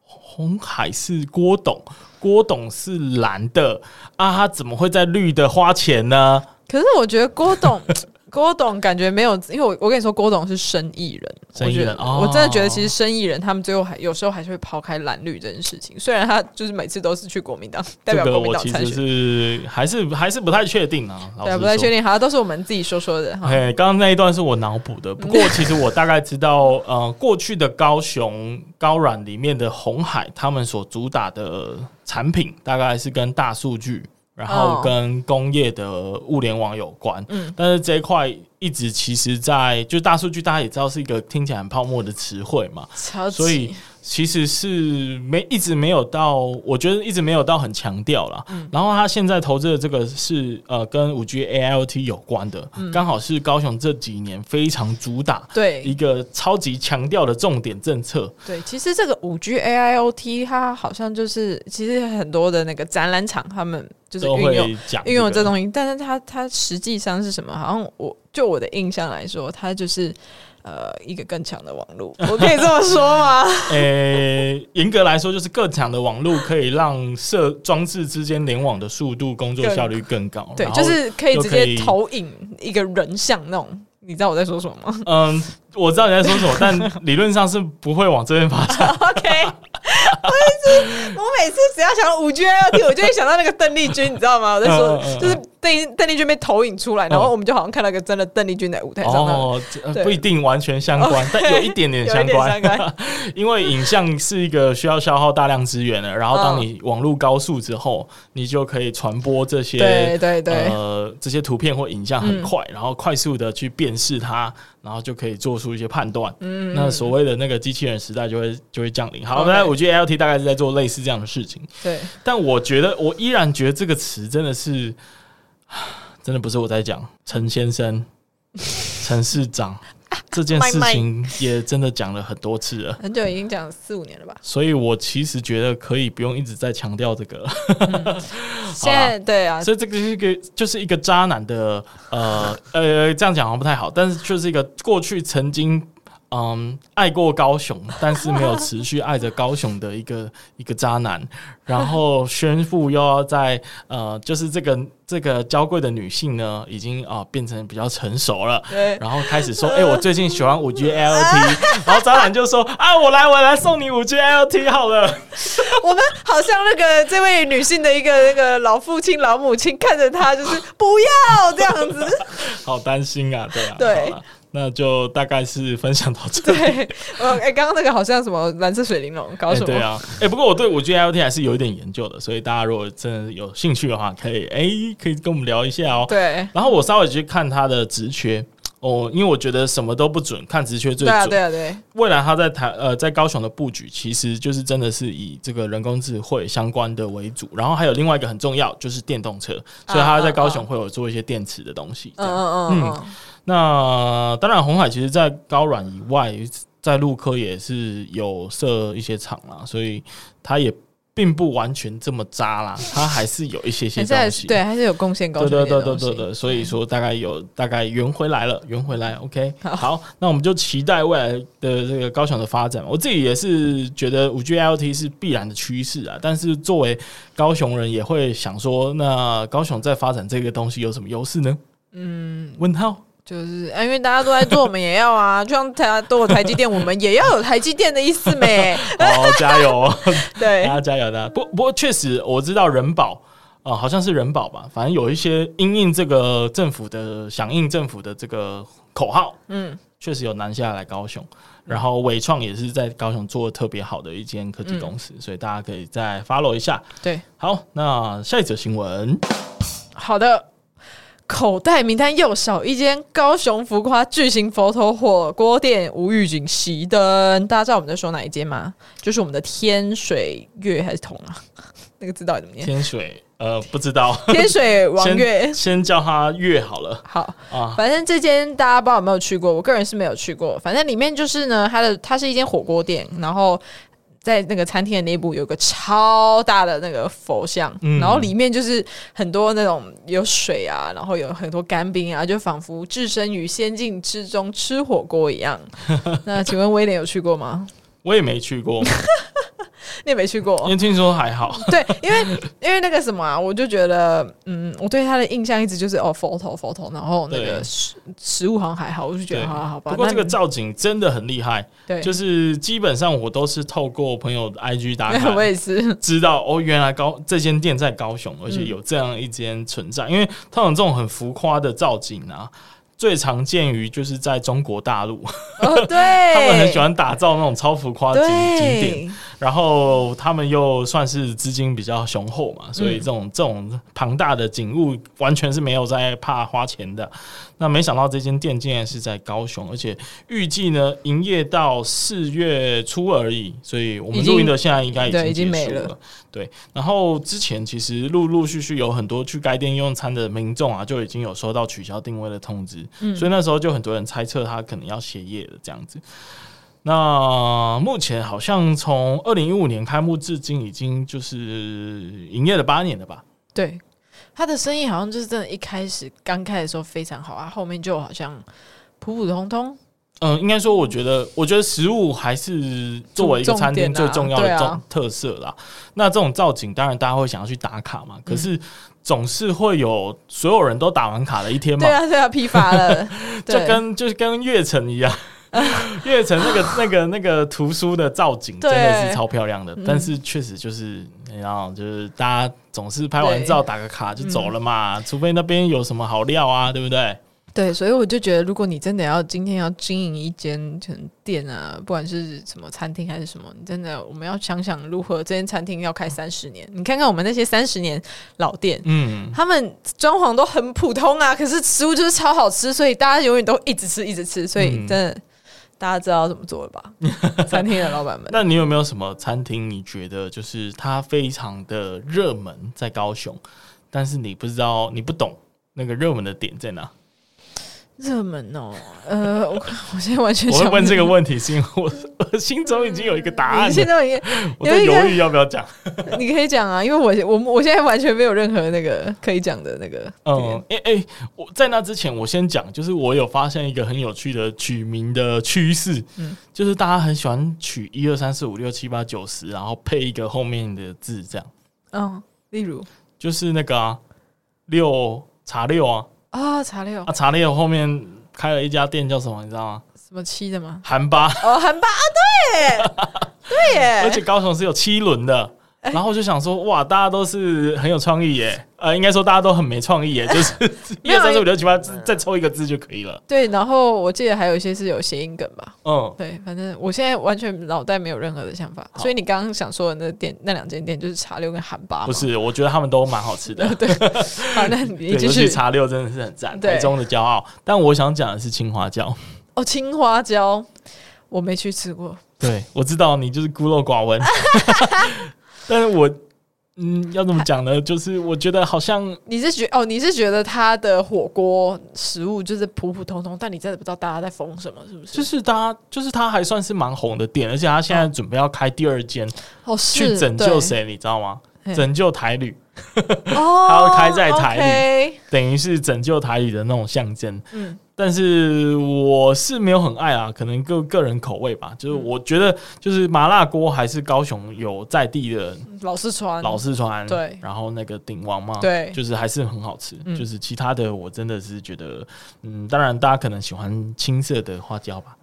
Speaker 1: 红海是郭董，郭董是蓝的啊，他怎么会在绿的花钱呢？
Speaker 2: 可是我觉得郭董， 郭董感觉没有，因为我我跟你说，郭董是生意人，
Speaker 1: 生意人
Speaker 2: 我觉得、
Speaker 1: 哦
Speaker 2: 我真的觉得其实生意人他们最后还有时候还是会抛开蓝绿这件事情，虽然他就是每次都是去国民党代
Speaker 1: 这
Speaker 2: 表
Speaker 1: 个
Speaker 2: 国民
Speaker 1: 我
Speaker 2: 党
Speaker 1: 其
Speaker 2: 参
Speaker 1: 实
Speaker 2: 选，
Speaker 1: 是还是还是不太确定啊，老实
Speaker 2: 对，不太
Speaker 1: 说
Speaker 2: 确定，好像都是我们自己说说的哈。嗯
Speaker 1: 哎，刚刚那一段是我脑补的，不过其实我大概知道，呃，过去的高雄高软里面的红海，他们所主打的产品大概是跟大数据，然后
Speaker 2: 哦
Speaker 1: 跟工业的物联网有关。
Speaker 2: 嗯
Speaker 1: 但是这一块一直其实在，就大数据大家也知道是一个听起来很泡沫的词汇嘛，
Speaker 2: 超级
Speaker 1: 所以其实是没一直没有到，我觉得一直没有到很强调啦。
Speaker 2: 嗯
Speaker 1: 然后他现在投资的这个是呃跟五 G ALT 有关的，刚、好是高雄这几年非常主打一
Speaker 2: 嗯对
Speaker 1: 个超级强调的重点政策。
Speaker 2: 对，其实这个五 G AIoT 它好像就是其实很多的那个展览场他们就是
Speaker 1: 都
Speaker 2: 运用
Speaker 1: 会讲
Speaker 2: 运用
Speaker 1: 个
Speaker 2: 这东西，但是它它实际上是什么？好像我就我的印象来说，它就是呃一个更强的网 络，我可以这么说吗？
Speaker 1: 呃，严格来说，就是更强的网络可以让设装置之间联网的速度、工作
Speaker 2: 更
Speaker 1: 效率更高。
Speaker 2: 对，
Speaker 1: 然后
Speaker 2: 就是可以直
Speaker 1: 就可
Speaker 2: 接
Speaker 1: 以
Speaker 2: 投影一个人像那种，你知道我在说什么 吗
Speaker 1: 嗯，我知道你在说什么，但理论上是不会往这边发展。
Speaker 2: ？OK，我一直我每次只要想到五 G 二 T，我就会想到那个邓丽君，你知道吗？我在说
Speaker 1: 嗯嗯嗯嗯
Speaker 2: 就是邓丽邓丽君被投影出来，然后我们就好像看到一个真的邓丽君在 舞台上。
Speaker 1: 哦，这呃
Speaker 2: 对
Speaker 1: 不一定完全相 关，但有一点点相
Speaker 2: 有一点相关
Speaker 1: 因为影像是一个需要消耗大量资源的，然后当
Speaker 2: 嗯
Speaker 1: 你网络高速之后，你就可以传播这些
Speaker 2: 对对对嗯
Speaker 1: 呃这些图片或影像很快，然后快速的去辨识它，然后就可以做出一些判断。嗯，那所谓的那个机器人时代就会就会降临。好，
Speaker 2: OK
Speaker 1: 那我觉得 LT 大概是在做类似这样的事情，
Speaker 2: 对，
Speaker 1: 但我觉得我依然觉得这个词真的是， 真的不是我在讲，陈先生、陈市长这件事情也真的讲了很多次了。
Speaker 2: 很久已经讲了四五年了吧？
Speaker 1: 所以，我其实觉得可以不用一直在强调这个，
Speaker 2: 现在对啊，
Speaker 1: 所以这个是一个就是一个渣男的呃呃，这样讲好像不太好，但是就是一个过去曾经嗯爱过高雄，但是没有持续爱着高雄的一个一个渣男，然后宣布又要在呃，就是这个这个娇贵的女性呢，已经啊、呃变成比较成熟了，
Speaker 2: 对
Speaker 1: 然后开始说，哎、我最近喜欢五 G LT，然后渣男就说啊，我来我来送你五 G LT 好了。
Speaker 2: 我们好像那个这位女性的一个那个老父亲、老母亲看着 她，就是不要这样子。
Speaker 1: 好担心啊，对啊，
Speaker 2: 对
Speaker 1: 好啦，那就大概是分享到这里。
Speaker 2: 对，呃，哎、刚刚那个好像什么蓝色水玲珑搞
Speaker 1: 哎
Speaker 2: 什么？
Speaker 1: 对啊，哎、不过我对五 G LT 还是有一点研究的，所以大家如果真的有兴趣的话，可以哎、可以跟我们聊一下哦。
Speaker 2: 对
Speaker 1: 然后我稍微去看他的职缺哦，因为我觉得什么都不准，看职缺最
Speaker 2: 对
Speaker 1: 准。
Speaker 2: 啊，对啊，对，
Speaker 1: 未来他在台呃在高雄的布局，其实就是真的是以这个人工智慧相关的为主，然后还有另外一个很重要就是电动车，所以他
Speaker 2: 啊
Speaker 1: 在高雄会有做一些电池的东西。这
Speaker 2: 嗯
Speaker 1: 样
Speaker 2: 嗯嗯嗯，
Speaker 1: 那当然，红海其实在高软以外，在陆科也是有设一些厂啦，所以它也并不完全这么渣啦，它还是有一些些
Speaker 2: 还是还
Speaker 1: 东
Speaker 2: 是
Speaker 1: 西。
Speaker 2: 对，还是有贡献高
Speaker 1: 对
Speaker 2: 雄
Speaker 1: 对
Speaker 2: 的
Speaker 1: 对
Speaker 2: 东西。嗯
Speaker 1: 对对对，所以说大概有大概圆回来了，圆回来，OK，好， 那我们就期待未来的这个高雄的发展嘛。我自己也是觉得五 G LT 是必然的趋势啊，但是作为高雄人也会想说，那高雄在发展这个东西有什么优势呢？嗯，问号。
Speaker 2: 就是、啊因为大家都在做，我们也要啊，就像台都有台积电，我们也要有台积电的意思 没？
Speaker 1: 好，加油哦！大
Speaker 2: 对
Speaker 1: 家加油！大家不不过确实我知道人保啊、呃好像是人保吧，反正有一些因应这个政府的响应政府的这个口号，
Speaker 2: 嗯，
Speaker 1: 确实有南下来高雄。然后伟创也是在高雄做的特别好的一间科技公司，
Speaker 2: 嗯
Speaker 1: 所以大家可以再 follow 一下。
Speaker 2: 对，
Speaker 1: 好，那下一则新闻，
Speaker 2: 好的。口袋名单又少一间高雄浮夸巨型佛头火锅店无预警熄灯，大家知道我们在说哪一间吗？就是我们的天水月还是同啊？那个字到底怎么念？
Speaker 1: 天水呃不知道，
Speaker 2: 天水王月
Speaker 1: 先。先叫他月好了
Speaker 2: 好，
Speaker 1: 啊。
Speaker 2: 反正这间大家不知道有没有去过，我个人是没有去过。反正里面就是呢，它的它是一间火锅店，然后在那个餐厅的内部有个超大的那个佛像，
Speaker 1: 嗯
Speaker 2: 然后里面就是很多那种有水啊，然后有很多干冰啊，就仿佛置身于仙境之中吃火锅一 样。那请问威廉有去过吗？
Speaker 1: 我也没去过，
Speaker 2: 你也没去过，
Speaker 1: 因为听说还 好。
Speaker 2: 对，因为因为那个什么啊，我就觉得，嗯，我对他的印象一直就是哦，佛头佛头，然后那
Speaker 1: 对
Speaker 2: 个食食物好像还好，我就觉
Speaker 1: 对
Speaker 2: 得好吧好吧。
Speaker 1: 不过
Speaker 2: 那
Speaker 1: 这个
Speaker 2: 你
Speaker 1: 造景真的很厉害，
Speaker 2: 对，
Speaker 1: 就是是基本上我都是透过朋友的 IG 打
Speaker 2: 我
Speaker 1: 卡，
Speaker 2: 也是，
Speaker 1: 知道哦，原来高这间店在高雄，而且
Speaker 2: 嗯
Speaker 1: 有这样一间存在。因为通常这种很浮夸的造景啊，最常见于就是在中国大陆，
Speaker 2: 哦，对，
Speaker 1: 他
Speaker 2: 他
Speaker 1: 们很喜欢打造那种超浮夸景景点，
Speaker 2: 对，
Speaker 1: 然后他们又算是资金比较雄厚
Speaker 2: 嗯
Speaker 1: 嘛，所以这种、这种庞大的景物完全是没有在怕花钱的。那没想到这间店竟然是在高雄，而且预计呢营业到四月初而已，所以我们
Speaker 2: 已经
Speaker 1: 录音的现在应该已经
Speaker 2: 对已经
Speaker 1: 结束
Speaker 2: 没了
Speaker 1: 了。对，然后之前其实陆陆续续有很多去该店用餐的民众啊，就已经有收到取消定位的通知，
Speaker 2: 嗯
Speaker 1: 所以那时候就很多人猜测他可能要歇业了这样子。那目前好像从二零一五年开幕至今，已经就是营业了八年了吧？
Speaker 2: 对，他的生意好像就是真的，一开始刚开的时候非常好啊，后面就好像普普通通，
Speaker 1: 嗯，应该说，我觉得，我觉得食物还是作为一个餐厅最重要
Speaker 2: 重
Speaker 1: 的
Speaker 2: 点啊对啊
Speaker 1: 重特色啦。那这种造景，当然大家会想要去打卡嘛，
Speaker 2: 嗯
Speaker 1: 可是总是会有所有人都打完卡的一天嘛
Speaker 2: 啊 对，啊，对啊，批发了，
Speaker 1: 就
Speaker 2: 对
Speaker 1: 跟就是跟悦城一样，月城那个那个那个图书的造景真
Speaker 2: 对嗯
Speaker 1: 的是超漂亮的，但是确实就是，然后就是大家总是拍完照打个卡就走了
Speaker 2: 嗯
Speaker 1: 嘛，除非那边有什么好料啊，对不对？
Speaker 2: 对，所以我就觉得，如果你真的要今天要经营一间可能店啊，不管是什么餐厅还是什么，你真的我们要想想如何这间餐厅要开三十年。你看看我们那些三十年老店，
Speaker 1: 嗯，
Speaker 2: 他们装潢都很普通啊，可是食物就是超好吃，所以大家永远都一直吃一直吃，所以
Speaker 1: 嗯
Speaker 2: 真的、大家知道怎么做了吧？餐厅的老板们，
Speaker 1: 那你有没有什么餐厅你觉得就是它非常的热门在高雄，但是你不知道你不懂那个热门的点在 哪？
Speaker 2: 热门哦，呃，我我现在完全
Speaker 1: 我
Speaker 2: 想
Speaker 1: 会
Speaker 2: 不
Speaker 1: 问这个
Speaker 2: 出
Speaker 1: 问题是因为我我心中已经有一个答案
Speaker 2: 你现
Speaker 1: 了，
Speaker 2: 在已经
Speaker 1: 我在
Speaker 2: 有一个
Speaker 1: 犹豫要不要讲。
Speaker 2: 你可以讲啊，因为我我我现在完全没有任何那个可以讲的那个。
Speaker 1: 嗯，诶诶，我在那之前，我先讲，就是我有发现一个很有趣的取名的趋势，
Speaker 2: 嗯
Speaker 1: 就是大家很喜欢取一二三四五六七八九十，然后配一个后面的字，这样
Speaker 2: 嗯，例如
Speaker 1: 就是那个啊，六茶六啊，
Speaker 2: 啊、茶六
Speaker 1: 啊茶六后面开了一家店叫什么，你知道吗？
Speaker 2: 什么七的吗？
Speaker 1: 韩吧，
Speaker 2: 哦，韩巴啊，对耶，
Speaker 1: 而
Speaker 2: 对
Speaker 1: 且
Speaker 2: 耶，
Speaker 1: 高雄是有七轮的。
Speaker 2: 哎
Speaker 1: 然后我就想说，哇，大家都是很有创意耶，呃，应该说大家都很没创意 耶，就是一
Speaker 2: 没有哎
Speaker 1: 二三四五六七八，再抽一个字就可以了。
Speaker 2: 对。然后我记得还有一些是有谐音梗吧？
Speaker 1: 嗯，
Speaker 2: 对，反正我现在完全脑袋没有任何的想法。
Speaker 1: 好
Speaker 2: 所以你刚刚想说的那店那两间店就是茶六跟韩巴，
Speaker 1: 不？ 是，我觉得他们都蛮好吃的。
Speaker 2: 好，那你
Speaker 1: 对，
Speaker 2: 继
Speaker 1: 尤其
Speaker 2: 续。
Speaker 1: 茶六真的是很赞，
Speaker 2: 对
Speaker 1: 台中的骄傲。但我想讲的是青花椒。
Speaker 2: 哦，青花椒，我没去吃过。
Speaker 1: 对，我知道你就是孤陋寡 闻，但是我嗯，要怎么讲呢？就是我觉得好像
Speaker 2: 你是觉哦，你是觉得它的火锅食物就是普普通通，但你真的不知道大家在疯什么，是不是？
Speaker 1: 就是它，就是它还算是蛮红的店，而且它现在准备要开第二间，
Speaker 2: 哦，是
Speaker 1: 去拯救
Speaker 2: 对
Speaker 1: 谁，你知道吗？
Speaker 2: 嘿
Speaker 1: 拯救台旅，
Speaker 2: 哦，
Speaker 1: 他要开在台里
Speaker 2: OK，
Speaker 1: 等于是拯救台旅的那种象征。
Speaker 2: 嗯，
Speaker 1: 但是我是没有很爱啊，可能个个人口味吧。
Speaker 2: 嗯
Speaker 1: 就是我觉得，就是麻辣锅还是高雄有在地的
Speaker 2: 老四川，
Speaker 1: 老四川，
Speaker 2: 嗯对
Speaker 1: 然后那个鼎王嘛，
Speaker 2: 对
Speaker 1: 啊就是还是很好吃。
Speaker 2: 嗯
Speaker 1: 就是其他的，我真的是觉得，嗯，当然大家可能喜欢青色的花椒吧，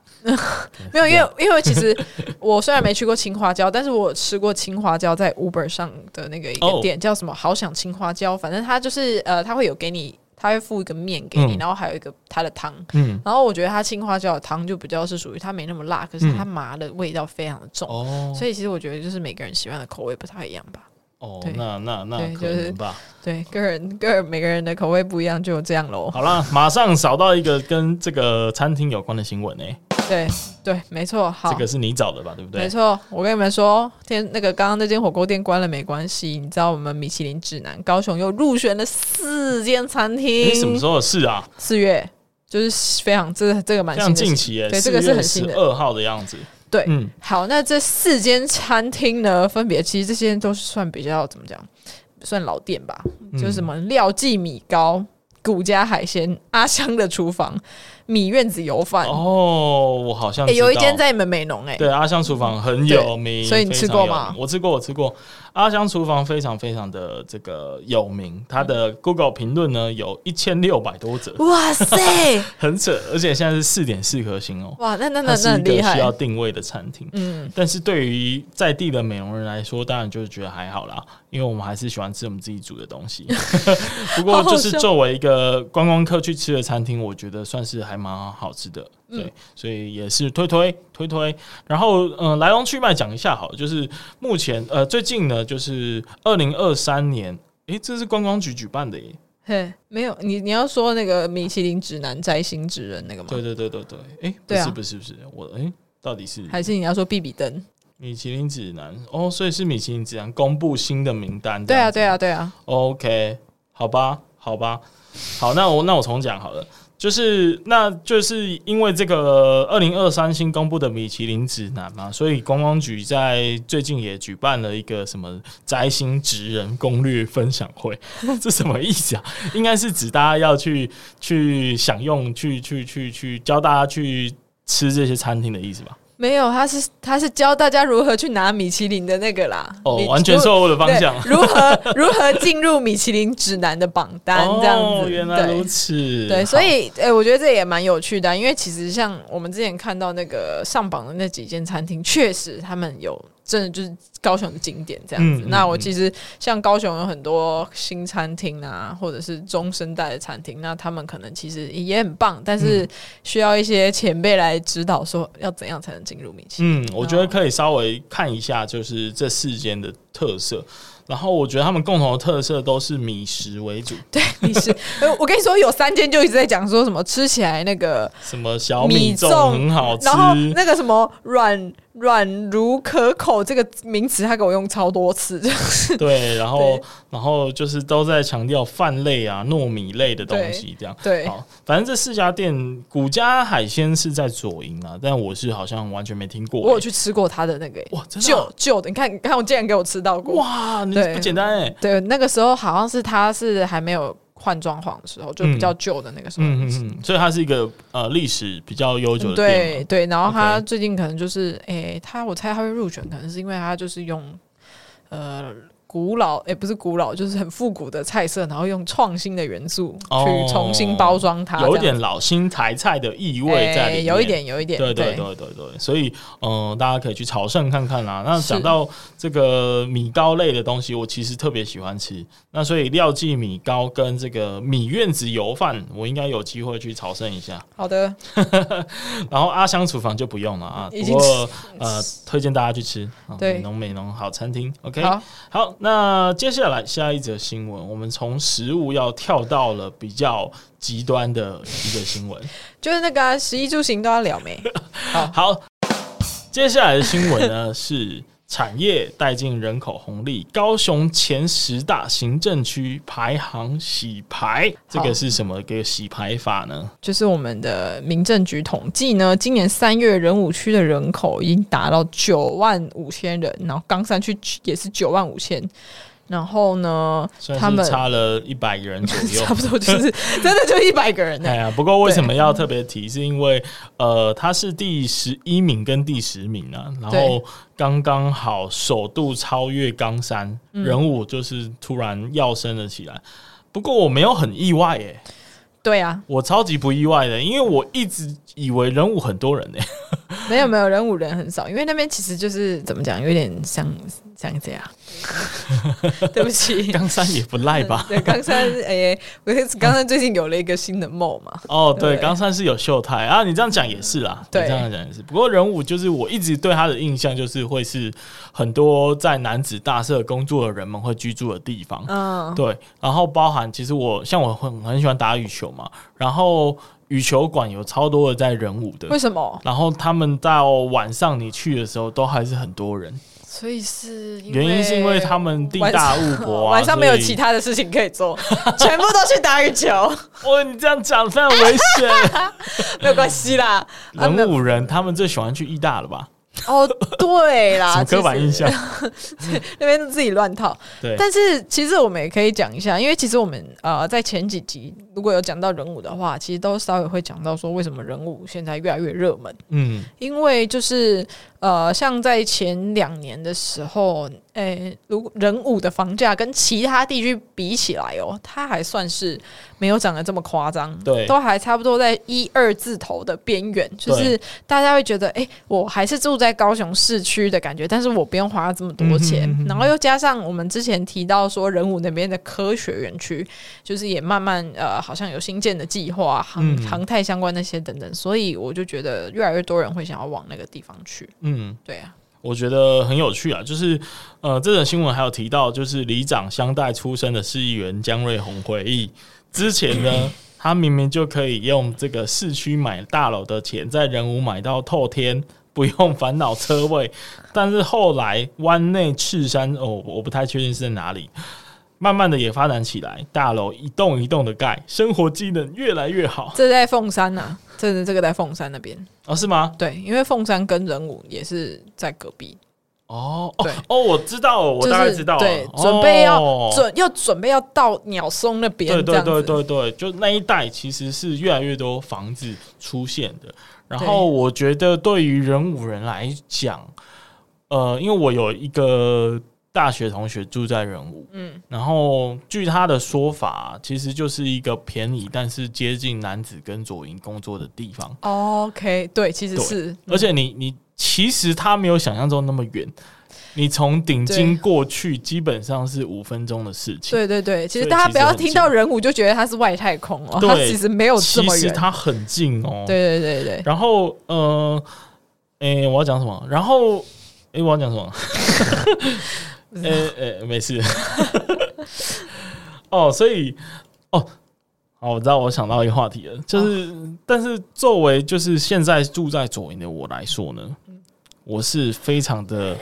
Speaker 2: 没有，因为因为其实我虽然没去过青花椒，但是我吃过青花椒在 Uber 上的那个一
Speaker 1: 哦
Speaker 2: 个店、叫什么“好想青花椒”，反正它就是呃，它会有给你，它会附一个面给你，
Speaker 1: 嗯
Speaker 2: 然后还有一个它的汤。
Speaker 1: 嗯，
Speaker 2: 然后我觉得它青花椒的汤就比较是属于它没那么辣，可是
Speaker 1: 嗯
Speaker 2: 它麻的味道非常的重，
Speaker 1: 哦
Speaker 2: 所以其实我觉得就是每个人喜欢的口味不太一样吧。
Speaker 1: 哦
Speaker 2: 对，
Speaker 1: 那那那
Speaker 2: 对
Speaker 1: 可
Speaker 2: 就是
Speaker 1: 能吧。
Speaker 2: 对，个人个人每个人的口味不一样，就这样喽。
Speaker 1: 好啦，马上找到一个跟这个餐厅有关的新闻诶、
Speaker 2: 对对，没错，好，
Speaker 1: 这个是你找的吧？对不
Speaker 2: 没
Speaker 1: 对？
Speaker 2: 错，我跟你们说，天那个刚刚那间火锅店关了没关系，你知道我们米其林指南高雄又入选了四间餐
Speaker 1: 你什么
Speaker 2: 厅
Speaker 1: 时，候的事啊？
Speaker 2: 四月就是非常这这个蛮
Speaker 1: 非常
Speaker 2: 新的事
Speaker 1: 近期诶、
Speaker 2: 对
Speaker 1: 四
Speaker 2: 这个是
Speaker 1: 月呃
Speaker 2: 很
Speaker 1: 十
Speaker 2: 新的
Speaker 1: 二号的样子。
Speaker 2: 对
Speaker 1: 嗯，
Speaker 2: 好，那这四间餐厅呢，分别其实这些都是算比较怎么讲，算老店吧，
Speaker 1: 嗯
Speaker 2: 就是什么廖记米糕、古家海鲜、阿香的厨房、米院子油饭，
Speaker 1: 哦，我好像
Speaker 2: 诶
Speaker 1: 知
Speaker 2: 有一间
Speaker 1: 道
Speaker 2: 在你们美浓哎、
Speaker 1: 对，阿香厨房很有名，
Speaker 2: 所以你
Speaker 1: 非
Speaker 2: 吃
Speaker 1: 常
Speaker 2: 过
Speaker 1: 有
Speaker 2: 吗
Speaker 1: 名我吃过，我吃过。阿香厨房非常非常的这个有名，它的
Speaker 2: 嗯
Speaker 1: Google 评论呢有一千六百多则，
Speaker 2: 哇塞，
Speaker 1: 很扯，而且现在是四点四颗星哦。
Speaker 2: 哇，那那
Speaker 1: 它
Speaker 2: 那
Speaker 1: 是
Speaker 2: 那
Speaker 1: 一
Speaker 2: 很厉
Speaker 1: 个
Speaker 2: 害
Speaker 1: 需，要定位的餐厅，
Speaker 2: 嗯，
Speaker 1: 但是对于在地的美容人来说，当然就是觉得还好啦，因为我们还是喜欢吃我们自己煮的东西。不过，
Speaker 2: 好好
Speaker 1: 就是
Speaker 2: 笑
Speaker 1: 作为一个观光客去吃的餐厅，我觉得算是还蛮好吃的。对，所以也是推推推推。然后，嗯、来龙去脉讲一下好了，就是目前呃最近呢，就是二零二三年，诶，这是观光局举办的耶。
Speaker 2: 嘿，没有你，你要说那个米其林指南摘星之人那个吗？
Speaker 1: 对对对对对，诶，不
Speaker 2: 对啊
Speaker 1: 是不是不是，我诶，到底是
Speaker 2: 还是你要说比比登？
Speaker 1: 米其林指南哦，所以是米其林指南公布新的名单。
Speaker 2: 对啊，对
Speaker 1: 啊。
Speaker 2: 啊，对啊，
Speaker 1: OK，好吧，好吧，好，那我那我重讲好了，就是那就是因为这个二零二三新公布的米其林指南嘛，所以观光局在最近也举办了一个什么摘星职人攻略分享会， 这什么意思啊？应该是指大家要去去享用，去去去去教大家去吃这些餐厅的意思吧？
Speaker 2: 没有，他是他是教大家如何去拿米其林的那个啦。
Speaker 1: 哦
Speaker 2: 你，
Speaker 1: 完全错误的方向。
Speaker 2: 对如何如何进入米其林指南的榜单这样子。
Speaker 1: 哦，原来
Speaker 2: 对
Speaker 1: 如此。好
Speaker 2: 对，所以诶、我觉得这也蛮有趣的啊、因为其实像我们之前看到那个上榜的那几间餐厅，确实他们有真的就是高雄的景点这样子。
Speaker 1: 嗯嗯
Speaker 2: 那我其实像高雄有很多新餐厅啊，或者是中生代的餐厅，那他们可能其实也很棒，但
Speaker 1: 嗯
Speaker 2: 是需要一些前辈来指导，说要怎样才能进入米其林。
Speaker 1: 嗯，我觉得可以稍微看一下，就是这四间的特色。然后我觉得他们共同的特色都是米食为主，
Speaker 2: 对，你是，呃我跟你说，有三间就一直在讲说什么吃起来那个
Speaker 1: 什么小
Speaker 2: 米
Speaker 1: 粽
Speaker 2: 粽
Speaker 1: 很好吃，
Speaker 2: 然后那个什么软软如可口这个名词，他给我用超多次， 就是
Speaker 1: 对，然后
Speaker 2: 对
Speaker 1: 然后就是都在强调饭类啊、糯米类的东西这样。
Speaker 2: 对
Speaker 1: 好，反正这四家店，古家海鲜是在左营啊，但我是好像完全没听过欸、
Speaker 2: 我有去吃过他的那个
Speaker 1: 哇真的啊
Speaker 2: 旧旧的，你看你看我竟然给我吃到过，
Speaker 1: 哇，你
Speaker 2: 对
Speaker 1: 不简单哎、
Speaker 2: 对，那个时候好像是他是还没有换装潢的时候，就比较旧的那个时候。
Speaker 1: 嗯嗯嗯，所以它是一个呃历史比较悠久的店
Speaker 2: 嗯对
Speaker 1: 嘛。
Speaker 2: 对，然后他
Speaker 1: OK
Speaker 2: 最近可能就是，诶、他我猜他会入选，可能是因为他就是用，呃，古老，诶、不是古老，就是很复古的菜色，然后用创新的元素
Speaker 1: 哦
Speaker 2: 去重新包装它，
Speaker 1: 有一
Speaker 2: 这样
Speaker 1: 点老新台菜的意味
Speaker 2: 对，
Speaker 1: 在里面，
Speaker 2: 哎有一点，有一点，
Speaker 1: 对对对对对，所以呃，大家可以去朝圣看看啦。那
Speaker 2: 是
Speaker 1: 讲到这个米糕类的东西，我其实特别喜欢吃。那所以廖记米糕跟这个米院子油饭，我应该有机会去朝圣一 下。
Speaker 2: 好的，
Speaker 1: 然后阿香厨房就不用了啊，
Speaker 2: 已
Speaker 1: 不
Speaker 2: 经
Speaker 1: 过呃，推荐大家去吃。啊
Speaker 2: 对
Speaker 1: 美浓美浓好餐厅。OK，
Speaker 2: 好，
Speaker 1: 好，那接下来下一则新闻，我们从食物要跳到了比较极端的一个新闻。
Speaker 2: 就是那个啊十一住行都要聊 没？
Speaker 1: 好，接下来的新闻呢是产业带进人口红利，高雄前十大行政区排行洗牌，这
Speaker 2: 好
Speaker 1: 个是什么个洗牌法呢？
Speaker 2: 就是我们的民政局统计呢，今年三月仁武区的人口已经达到九万五千人，然后冈山区也是九万五千，然后呢，
Speaker 1: 算
Speaker 2: 他们
Speaker 1: 是差了一百个人左右
Speaker 2: 差。不多 就是真的就一百个人呢、
Speaker 1: 哎呀，不过为什么要特别提？是因为呃，它是第十一名跟第十名啊，然
Speaker 2: 对
Speaker 1: 后刚刚好首度超越冈山，
Speaker 2: 嗯
Speaker 1: 人物就是突然要升了起来。不过我没有很意外耶、
Speaker 2: 对啊，
Speaker 1: 我超级不意外的，因为我一直以为人物很多人 呢、
Speaker 2: 没有没有人五人很少，因为那边其实就是怎么讲，有点像像这样， 对不起。？
Speaker 1: 冈山也不赖吧
Speaker 2: 对，冈山，哎、我冈山最近有了一个新的梦嘛，
Speaker 1: 哦，对，
Speaker 2: 对
Speaker 1: 冈山是有秀泰啊，你这样讲也是啦，你
Speaker 2: 对
Speaker 1: 这样讲也是。不过人物就是我一直对他的印象就是会是很多在男子大社工作的人们会居住的地方，
Speaker 2: 嗯，
Speaker 1: 对，然后包含其实我像我很很喜欢打羽球嘛，然后羽球馆有超多的在人武 的
Speaker 2: 为，什么？
Speaker 1: 然后他们到晚上你去的时候都还是很多人，
Speaker 2: 所以是呃
Speaker 1: 原因是因为他们地大物博啊，
Speaker 2: 晚上没有
Speaker 1: 所以
Speaker 2: 其他的事情可以 做，全部都去打羽球，
Speaker 1: 哇，你这样讲非常危险。
Speaker 2: 没有关系啦。 啊，没
Speaker 1: 人
Speaker 2: 有
Speaker 1: 五人他们最喜欢去义大了吧？
Speaker 2: 哦，对
Speaker 1: 什
Speaker 2: 啦，
Speaker 1: 么刻板印象
Speaker 2: 其？ 实那边自己乱套。
Speaker 1: 对，
Speaker 2: 但是其实我们也可以讲一下，因为其实我们呃在前几集如果有讲到人物的话，其实都稍微会讲到说为什么人物现在越来越热门。
Speaker 1: 嗯，
Speaker 2: 因为就是呃，像在前两年的时候，诶、如人武的房价跟其他地区比起来哦，它还算是没有涨得这么夸张，
Speaker 1: 对
Speaker 2: 都还差不多在一二字头的边缘，就是大家会觉得，诶，我还是住在高雄市区的感觉，但是我不用花这么多钱，
Speaker 1: 嗯哼嗯哼
Speaker 2: 然后又加上我们之前提到说人武那边的科学园区，就是也慢慢呃，好像有新建的计划，航
Speaker 1: 嗯
Speaker 2: 航太相关那些等等，所以我就觉得越来越多人会想要往那个地方去。
Speaker 1: 嗯，
Speaker 2: 对啊，
Speaker 1: 我觉得很有趣啊。就是呃，这则新闻还有提到，就是里长相待出身的市议员江瑞宏回忆，之前 呢。他明明就可以用这个市区买大楼的钱，在仁武买到透天，不用烦恼车位。但是后来湾内赤山，哦，我不太确定是在哪里，慢慢的也发展起来，大楼一栋一栋的盖，生活机能越来越好。
Speaker 2: 这在凤山呐、这这个在凤山那边。
Speaker 1: 哦，是吗？
Speaker 2: 对，因为凤山跟人武也是在隔壁，
Speaker 1: 哦
Speaker 2: 对
Speaker 1: 哦哦，我知道了，我
Speaker 2: 就是
Speaker 1: 大概知道了，
Speaker 2: 对，
Speaker 1: 哦
Speaker 2: 准备要、准要准备要到鸟松那边，
Speaker 1: 对
Speaker 2: 这
Speaker 1: 对
Speaker 2: 样子
Speaker 1: 对对对，就那一带其实是越来越多房子出现的，然后我觉得对于人五人来讲，呃，因为我有一个大学同学住在人武，嗯，然后据他的说法，其实就是一个便宜但是接近男子跟左营工作的地方，
Speaker 2: 哦 OK，对，其实
Speaker 1: 对
Speaker 2: 是，
Speaker 1: 而且你你其实他没有想象中那么远。你从顶
Speaker 2: 对
Speaker 1: 金过去，基本上是五分钟的事情。
Speaker 2: 对对对，其实
Speaker 1: 所以
Speaker 2: 大家
Speaker 1: 其实
Speaker 2: 不要
Speaker 1: 很
Speaker 2: 听
Speaker 1: 近
Speaker 2: 到人物就觉得他是外太空哦，
Speaker 1: 对
Speaker 2: 他其实没有这么
Speaker 1: 其实
Speaker 2: 远。
Speaker 1: 它很近哦。，
Speaker 2: 对对对对，
Speaker 1: 然后呃，诶、我要讲什么？然后诶、我要讲什么？ 呃呃、没事。 哦，所以哦。好，我知道，我想到一个话题了，就是，
Speaker 2: 哦
Speaker 1: 但是作为就是现在住在左营的我来说呢，我是非常的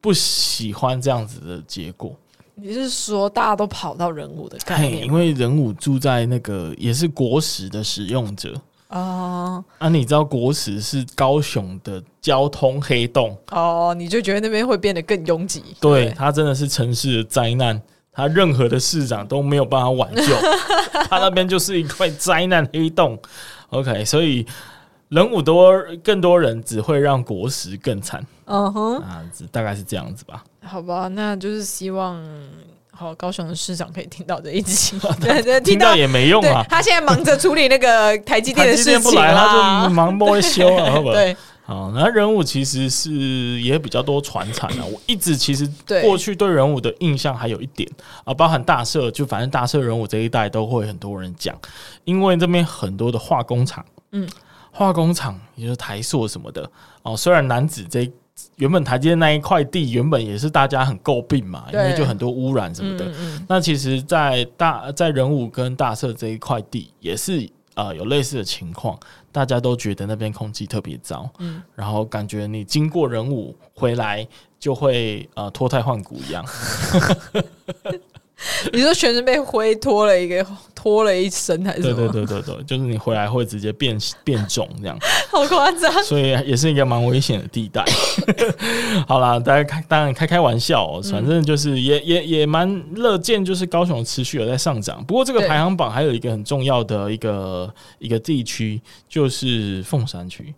Speaker 1: 不喜欢这样子的结果。
Speaker 2: 你是说大家都跑到人物的概
Speaker 1: 嘿，
Speaker 2: 念
Speaker 1: 因为人武住在那个也是国史的使用者，
Speaker 2: 哦
Speaker 1: 啊，你知道国史是高雄的交通黑洞，
Speaker 2: 哦，你就觉得那边会变得更拥挤？
Speaker 1: 对，它真的是城市的灾难，它任何的市长都没有办法挽救，它那边就是一块灾难黑洞。OK，所以人五多更多人只会让国史更惨
Speaker 2: 嗯哼，
Speaker 1: 啊，只大概是这样子吧。
Speaker 2: 好吧，那就是希望好高雄的市长可以听到这 一集，对对，
Speaker 1: 听到
Speaker 2: 到。
Speaker 1: 也没用
Speaker 2: 对
Speaker 1: 啊，，
Speaker 2: 他现在忙着处理那个台积电
Speaker 1: 台
Speaker 2: 的
Speaker 1: 积
Speaker 2: 事
Speaker 1: 电不
Speaker 2: 情啊
Speaker 1: 来，他
Speaker 2: 啦
Speaker 1: 就。忙不会修了，好不好？
Speaker 2: 对，
Speaker 1: 好，那人物其实是也比较多传产啊。我一直其实
Speaker 2: 对
Speaker 1: 过去对人物的印象还有一点啊，包含大社，就反正大社人物这一代都会很多人讲，因为这边很多的化工厂，
Speaker 2: 嗯，
Speaker 1: 化工厂也就是台塑什么的哦。虽然男子这一原本台积电那一块地原本也是大家很诟病嘛，因为
Speaker 2: 对
Speaker 1: 就很多污染什么
Speaker 2: 嗯
Speaker 1: 的，
Speaker 2: 嗯嗯，
Speaker 1: 那其实在，大在人武跟大社这一块地也是呃有类似的情况，大家都觉得那边空气特别糟，
Speaker 2: 嗯
Speaker 1: 然后感觉你经过人武回来就会呃脱胎换骨一样，
Speaker 2: 你说全身被灰拖了一个拖了一身 还是什
Speaker 1: 对
Speaker 2: 么？
Speaker 1: 对对对对，就是你回来会直接变变种这样，
Speaker 2: 好夸张！
Speaker 1: 所以也是一个蛮危险的地带。 好啦，大家开当然开开玩笑、哦，反正就是
Speaker 2: 嗯
Speaker 1: 也、也也蛮乐见，就是高雄持续有在上涨。不过这个
Speaker 2: 对
Speaker 1: 排行榜还有一个很重要的一个一个地区，就是凤山区，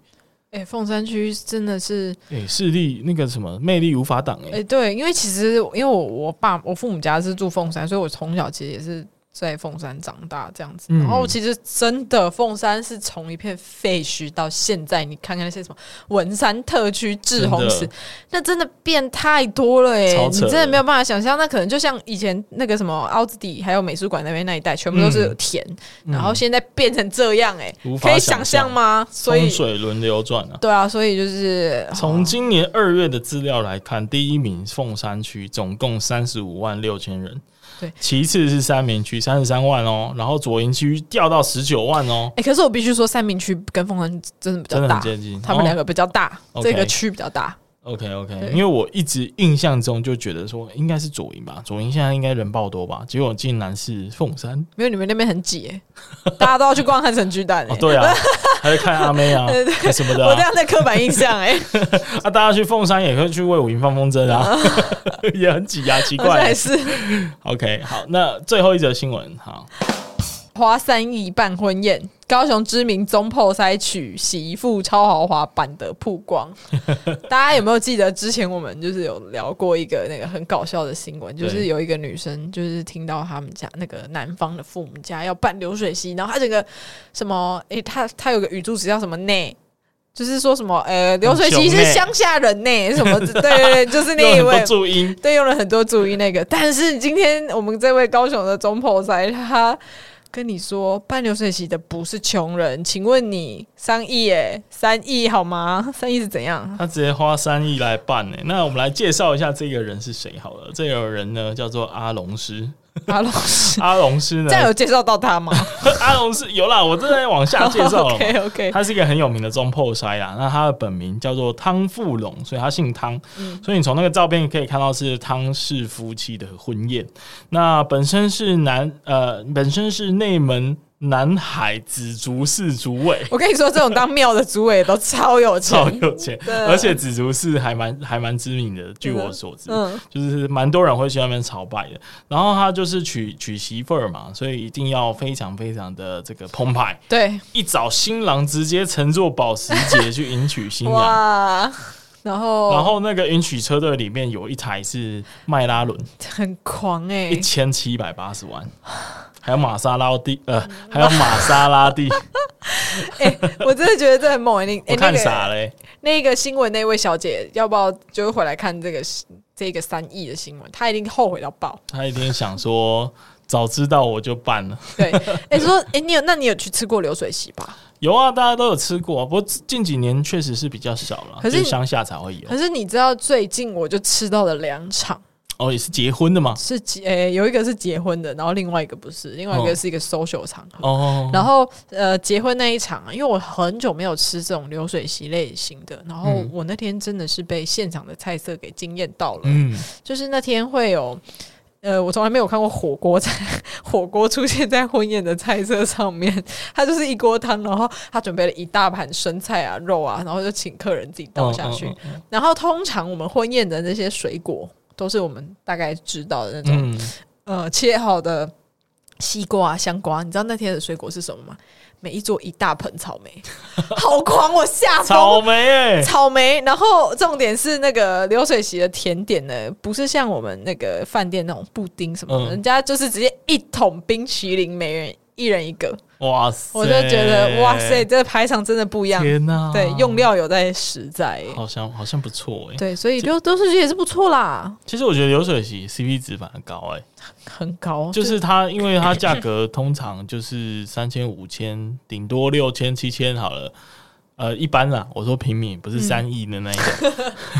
Speaker 2: 哎、凤山区真的是，
Speaker 1: 诶、势力那个什么魅力无法挡诶、
Speaker 2: 哎、对，因为其实因为我我爸我父母家是住凤山，所以我从小其实也是在凤山长大这样子。
Speaker 1: 嗯
Speaker 2: 然后其实真的凤山是从一片废墟到现在，你看看那些什么文山特区、志宏
Speaker 1: 真
Speaker 2: 祠
Speaker 1: 的，
Speaker 2: 那真的变太多了哎、
Speaker 1: 超
Speaker 2: 你
Speaker 1: 扯的
Speaker 2: 真的没有办法想象。那可能就像以前那个什么奥兹底还有美术馆那边那一带，全部都是
Speaker 1: 嗯
Speaker 2: 田，
Speaker 1: 嗯
Speaker 2: 然后现在变成这样哎、
Speaker 1: 无法
Speaker 2: 可以
Speaker 1: 想
Speaker 2: 象
Speaker 1: 象？
Speaker 2: 吗？所
Speaker 1: 风
Speaker 2: 以。
Speaker 1: 水轮流转啊！
Speaker 2: 对啊，所以就是
Speaker 1: 从今年二月的资料来看，第一名凤山区总共三十五万六千人，
Speaker 2: 对
Speaker 1: 其次是三明区三十三万哦，然后左营区掉到十九万哦，
Speaker 2: 哎、可是我必须说，三明区跟凤山真的比
Speaker 1: 真
Speaker 2: 较
Speaker 1: 的
Speaker 2: 大
Speaker 1: 很，接近。
Speaker 2: 他们两个比较大，
Speaker 1: 哦
Speaker 2: 这个
Speaker 1: OK
Speaker 2: 区比较大。
Speaker 1: OK OK，
Speaker 2: 对
Speaker 1: 因为我一直印象中就觉得说应该是左营吧，左营现在应该人爆多吧，结果竟然是凤山
Speaker 2: 没有你们那边很挤、欸，大家都要去逛汉城巨蛋、欸。
Speaker 1: 哦，对啊， 还会看阿妹啊
Speaker 2: 对对
Speaker 1: 什么的
Speaker 2: 我这
Speaker 1: 啊，
Speaker 2: 样在刻板印 象哎、欸，
Speaker 1: 啊大家去凤山也会去为武营放风筝 啊，也很挤啊，奇
Speaker 2: 好像
Speaker 1: 怪
Speaker 2: 也。是
Speaker 1: OK，好，那最后一则新闻，好，
Speaker 2: 花三亿办婚宴，高雄知名中破塞娶媳妇超豪华版的曝 光。大家有没有记得之前我们就是有聊过一个那个很搞笑的新闻，就是
Speaker 1: 对
Speaker 2: 有一个女生就是听到他们家那个男方的父母家要办流水席，然后她整个什么，诶、她她有个语助词叫什么内。就是说什么，呃，流水席
Speaker 1: 很
Speaker 2: 是
Speaker 1: 凶呢
Speaker 2: 乡下人呢、什么？对对对，就是那一
Speaker 1: 用很
Speaker 2: 位
Speaker 1: 多，注音，
Speaker 2: 对，用了很多注意那个。但是今天我们这位高雄的中破仔，他跟你说办流水席的不是穷人，请问你三亿耶，三亿好吗？三亿是怎 样？
Speaker 1: 他直接花三亿来办呢、那我们来介绍一下这个人是谁好了，这个人呢叫做阿龙师，
Speaker 2: 阿 老师，
Speaker 1: 阿龙师呢
Speaker 2: 这，样有介绍到他 吗
Speaker 1: 阿龙师有啦，我正在往下介绍了嘛。
Speaker 2: ？OK OK，
Speaker 1: 他是一个很有名的中破塞啦，那他的本名叫做汤富龙，所以他姓汤。
Speaker 2: 嗯
Speaker 1: 所以你从那个照片可以看到是汤氏夫妻的婚宴。那本身是南呃，本身是内门南海紫竹市主 委。
Speaker 2: 我跟你说，这种当庙的主委都超有钱，
Speaker 1: 超有钱，
Speaker 2: 对
Speaker 1: 而且紫竹寺还蛮还蛮知名的，据我所知，
Speaker 2: 嗯
Speaker 1: 就是蛮多人会去那边朝拜的。然后他就是娶娶媳妇儿嘛，所以一定要非常非常的这个澎湃。
Speaker 2: 对，
Speaker 1: 一早新郎直接乘坐保时捷去迎娶新娘，
Speaker 2: 哇，然后
Speaker 1: 然后那个迎娶车队里面有一台是迈拉伦，
Speaker 2: 很狂哎、
Speaker 1: 一千七百八十万。还有玛莎拉蒂，呃，还有玛莎拉 蒂，
Speaker 2: 哎、我真的觉得这很猛哎、你、
Speaker 1: 我
Speaker 2: 哎
Speaker 1: 看
Speaker 2: 那个
Speaker 1: 傻欸嘞、
Speaker 2: 那个新闻那位小姐，要不要就是回来看这个这个三亿的新闻？她一定后悔到爆。
Speaker 1: 他一定想说，早知道我就办了。
Speaker 2: 对， 哎、说哎、你有那你有去吃过流水席吧？
Speaker 1: 有啊，大家都有吃过、啊，不过近几年确实是比较少了，
Speaker 2: 可是
Speaker 1: 就是乡下才会有。
Speaker 2: 可是你知道最近我就吃到了两场，
Speaker 1: 哦，也是结婚的嘛。
Speaker 2: 是结、诶有一个是结婚的，然后另外一个不是，另外一
Speaker 1: 哦
Speaker 2: 个是一个 social 场合。
Speaker 1: 哦，
Speaker 2: 然后呃，结婚那一场啊，因为我很久没有吃这种流水席类型的，然后
Speaker 1: 嗯
Speaker 2: 我那天真的是被现场的菜色给惊艳到了。
Speaker 1: 嗯，
Speaker 2: 就是那天会有，呃，我从来没有看过火锅在火锅出现在婚宴的菜色上面，它就是一锅汤，然后他准备了一大盘生菜啊、肉啊，然后就请客人自己倒下去。
Speaker 1: 嗯嗯
Speaker 2: 然后通常我们婚宴的那些水果都是我们大概知道的那种，
Speaker 1: 嗯，嗯
Speaker 2: 呃，切好的。西瓜、啊、香瓜，你知道那天的水果是什么吗？每一桌一大盆草莓， 好狂！我吓疯了
Speaker 1: 草莓哎、
Speaker 2: 草莓，然后重点是那个流水席的甜点呢，不是像我们那个饭店那种布丁什么的，
Speaker 1: 嗯
Speaker 2: 人家就是直接一桶冰淇淋，每人一人一 个，
Speaker 1: 哇塞！
Speaker 2: 我就觉得哇塞，，这排场真的不一样，
Speaker 1: 天哪、
Speaker 2: 对，用料有在实在、欸
Speaker 1: 好像好像不错哎、
Speaker 2: 对，所以流流水席也是不错啦，
Speaker 1: 其实我觉得流水席 CP 值反而高哎、
Speaker 2: 哦很高，
Speaker 1: 就是它，因为它价格通常就是三千、五千，顶多六千、七千好了。呃，一般啦，我说平民
Speaker 2: 嗯
Speaker 1: 不是三亿的那一种，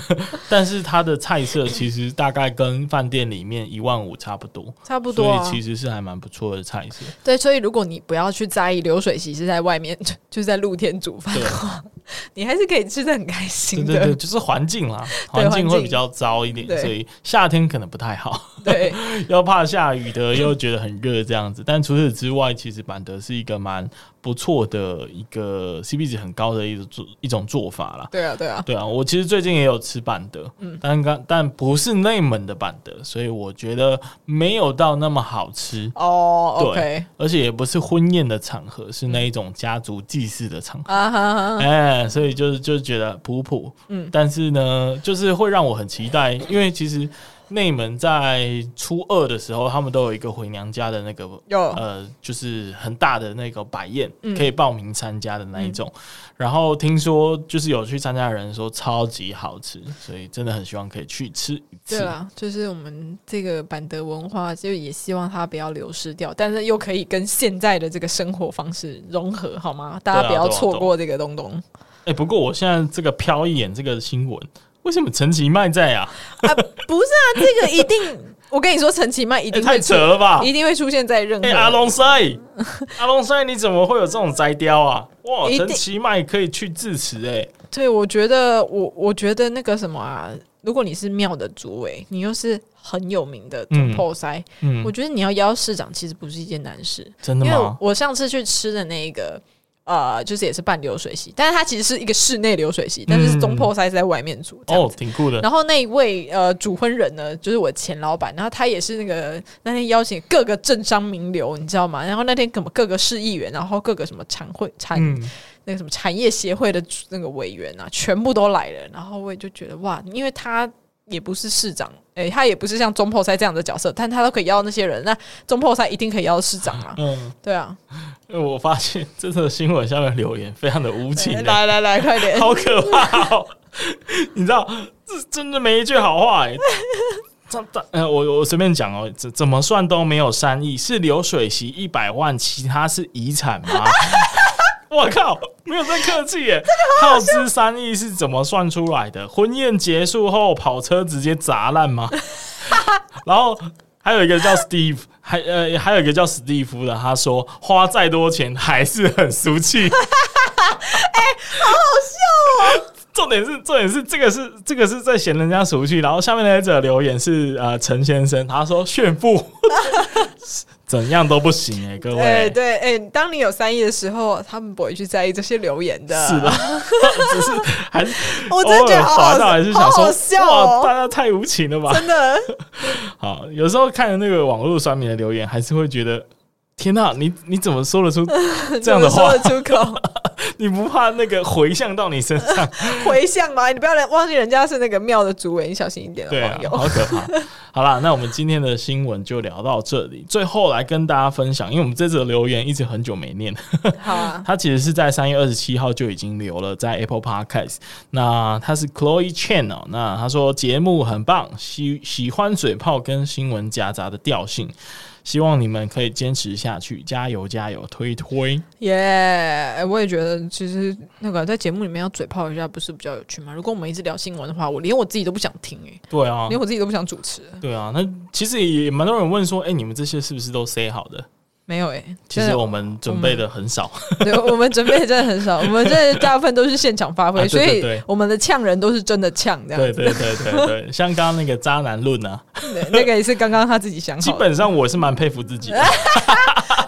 Speaker 1: 但是它的菜色其实大概跟饭店里面一万五差不多，
Speaker 2: 差不多、啊
Speaker 1: 所以。其实是还蛮不错的菜色。
Speaker 2: 对，所以如果你不要去在意流水席是在外面， 就就是在露天煮饭的话， 你还是可以吃的很开
Speaker 1: 对
Speaker 2: 心的。
Speaker 1: 对对，就是环境啦，环境会比较糟一点，
Speaker 2: 对
Speaker 1: 所以夏天可能不太好，
Speaker 2: 对
Speaker 1: 又怕下雨的，又觉得很热这样子。但除此之外，其实板德是一个蛮不错的一个 CP 值很高的一种做一种做法啦。
Speaker 2: 对啊，对啊，
Speaker 1: 对啊，我其实最近也有吃板德，但刚但不是内蒙的板德，所以我觉得没有到那么好吃，
Speaker 2: 哦、
Speaker 1: 对
Speaker 2: o k
Speaker 1: 而且也不是婚宴的场合，是那一种家族祭祀的场合。
Speaker 2: 啊哈哈。
Speaker 1: 哎、所以就是就是觉得普普，嗯，但是呢，就是会让我很期待，因为其实内门在初二的时候，他们都有一个回娘家的那个
Speaker 2: 有嗯
Speaker 1: 呃，就是很大的那个百宴，可以报名参加的那一种。然后听说就是有去参加的人说超级好吃，所以真的很希望可以去吃一
Speaker 2: 对啊
Speaker 1: 次。
Speaker 2: 啦，就是我们这个板德文化，就也希望它不要流失掉，但是又可以跟现在的这个生活方式融合，好吗？大
Speaker 1: 对啊
Speaker 2: 家不要
Speaker 1: 对啊
Speaker 2: 错过这个东东
Speaker 1: 哎、不过我现在这个瞟一眼这个新闻，为什么陈其迈在啊？
Speaker 2: 啊！不是啊，这个一 定，我跟你说，陈其迈一
Speaker 1: 哎、
Speaker 2: 定
Speaker 1: 太
Speaker 2: 会出
Speaker 1: 扯，了吧！
Speaker 2: 一定会出现在任
Speaker 1: 哎、阿
Speaker 2: 何。
Speaker 1: 龙塞， 阿龙塞，你怎么会有这种摘雕啊？哇，
Speaker 2: 一定
Speaker 1: 陈其迈可以去致辞哎，
Speaker 2: 对，我觉得，我我觉得那个什么啊，如果你是庙的主委，你又是很有名的总
Speaker 1: 嗯
Speaker 2: 破塞，
Speaker 1: 嗯
Speaker 2: 我，觉得你要邀市长其实不是一件难事。
Speaker 1: 真的
Speaker 2: 因为
Speaker 1: 吗？
Speaker 2: 我上次去吃的那一个，呃，就是也是半流水席，但是它其实是一个室内流水席，但是是中破塞是在外面煮这样
Speaker 1: 哦
Speaker 2: 子。，
Speaker 1: 挺酷的，
Speaker 2: 然后那一位呃主婚人呢，就是我前老板，然后他也是那个那天邀请各个政商名流，你知道吗？然后那天各各个市议员，然后各个什么产会产、
Speaker 1: 嗯，
Speaker 2: 那个什么产业协会的那个委员啊，全部都来了。然后我也就觉得哇，因为他也不是市长，诶、他也不是像中破塞这样的角色，但他都可以邀那些人，那中破塞一定可以邀市长啊，
Speaker 1: 嗯，
Speaker 2: 对啊。
Speaker 1: 因为我发现这则新闻下面留言非常的无情
Speaker 2: 哎
Speaker 1: 哎，
Speaker 2: 来来来，快点！
Speaker 1: 好可怕哦！ 你知道，这真的没一句好话 哎。这这呃，我我随便讲哦，怎怎么算都没有三亿，是流水席一百万，其他是遗产吗？我靠，没有在客气耶！耗资三亿是怎么算出来的？婚宴结束后，跑车直接砸烂 吗？然后还有一个叫 Steve，还呃还有一个叫史蒂夫的，他说花再多钱还是很俗 气。哎、好好笑哎哦！ 重点是重点是这个是这个是在嫌人家俗气，然后下面那一则留言是呃陈先生，他说炫富。 怎样都不行哎、各
Speaker 2: 对
Speaker 1: 位。
Speaker 2: 对，哎、当你有善意的时候，他们不会去在意这些留言的。
Speaker 1: 是的，只是还是
Speaker 2: 我真的觉得好
Speaker 1: 偶尔滑
Speaker 2: 好
Speaker 1: 到还是想
Speaker 2: 好
Speaker 1: 说，
Speaker 2: 好笑哦
Speaker 1: 哇，大家太无情了吧？
Speaker 2: 真的，
Speaker 1: 好，有时候看了那个网络酸民的留言，还是会觉得，天哪、你你怎么说得 出这样的话
Speaker 2: 说？得出口，
Speaker 1: 你不怕那个回向到你身上？
Speaker 2: 回向嘛，你不要忘记人家是那个庙的主委，你小心一点
Speaker 1: 对
Speaker 2: 了，
Speaker 1: 啊
Speaker 2: 网，友。
Speaker 1: 好可怕。好啦，那我们今天的新闻就聊到这里。最后来跟大家分享，因为我们这次的留言一直很久没念，
Speaker 2: 好啊，
Speaker 1: 它其实是在三月二十七号就已经留了，在 Apple Podcast。那它是 Chloe Chen 哦，那他说节目很棒，喜喜欢嘴炮跟新闻夹杂的调性，希望你们可以坚持下去，加油加油，推推。
Speaker 2: 耶、哎我也觉得其实那个在节目里面要嘴炮一下，不是比较有趣吗？如果我们一直聊新闻的话，我连我自己都不想听、哎、
Speaker 1: 对啊，
Speaker 2: 连我自己都不想主持，
Speaker 1: 对啊，那其实也蛮多人问说，哎、你们这些是不是都 say 好的？
Speaker 2: 没有哎、
Speaker 1: 其
Speaker 2: 真
Speaker 1: 实
Speaker 2: 的
Speaker 1: 我们准备的很少，
Speaker 2: 对，我们准备真的很少，我们这大部分都是现场发挥，
Speaker 1: 啊对对
Speaker 2: 所
Speaker 1: 对
Speaker 2: 以我们的呛人都是真的呛这样
Speaker 1: 对
Speaker 2: 子。
Speaker 1: 对对对对，像刚刚那个渣男论啊，
Speaker 2: 对那个也是刚刚他自己想
Speaker 1: 基
Speaker 2: 好的，
Speaker 1: 本上我是蛮佩服自己的，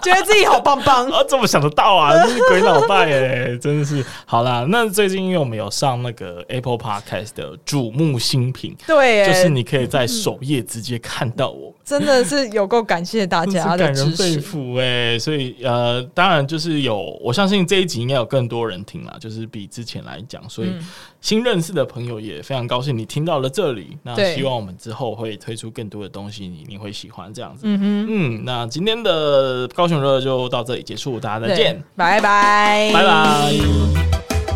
Speaker 2: 觉得自己好棒 棒。
Speaker 1: 啊，怎么想得到啊？ 真是鬼脑袋哎、真的是。好啦，那最近因为我们有上那个 Apple Podcast 的瞩目新品，
Speaker 2: 对、嗯欸，
Speaker 1: 就是你可以在首页直接看到我们，
Speaker 2: 真的是有够感谢大
Speaker 1: 真是
Speaker 2: 家的
Speaker 1: 感人
Speaker 2: 支
Speaker 1: 肺
Speaker 2: 持。
Speaker 1: 腑哎、所以呃，当然就是有，我相信这一集应该有更多人听啦，就是比之前来讲，所以
Speaker 2: 嗯
Speaker 1: 新认识的朋友也非常高兴你听到了这里。那
Speaker 2: 对
Speaker 1: 希望我们之后会推出更多的东西，你你会喜欢这样子。
Speaker 2: 嗯哼，
Speaker 1: 嗯，那今天的高雄热就到这里结束，大家再
Speaker 2: 对
Speaker 1: 见，，
Speaker 2: 拜拜，
Speaker 1: 拜拜。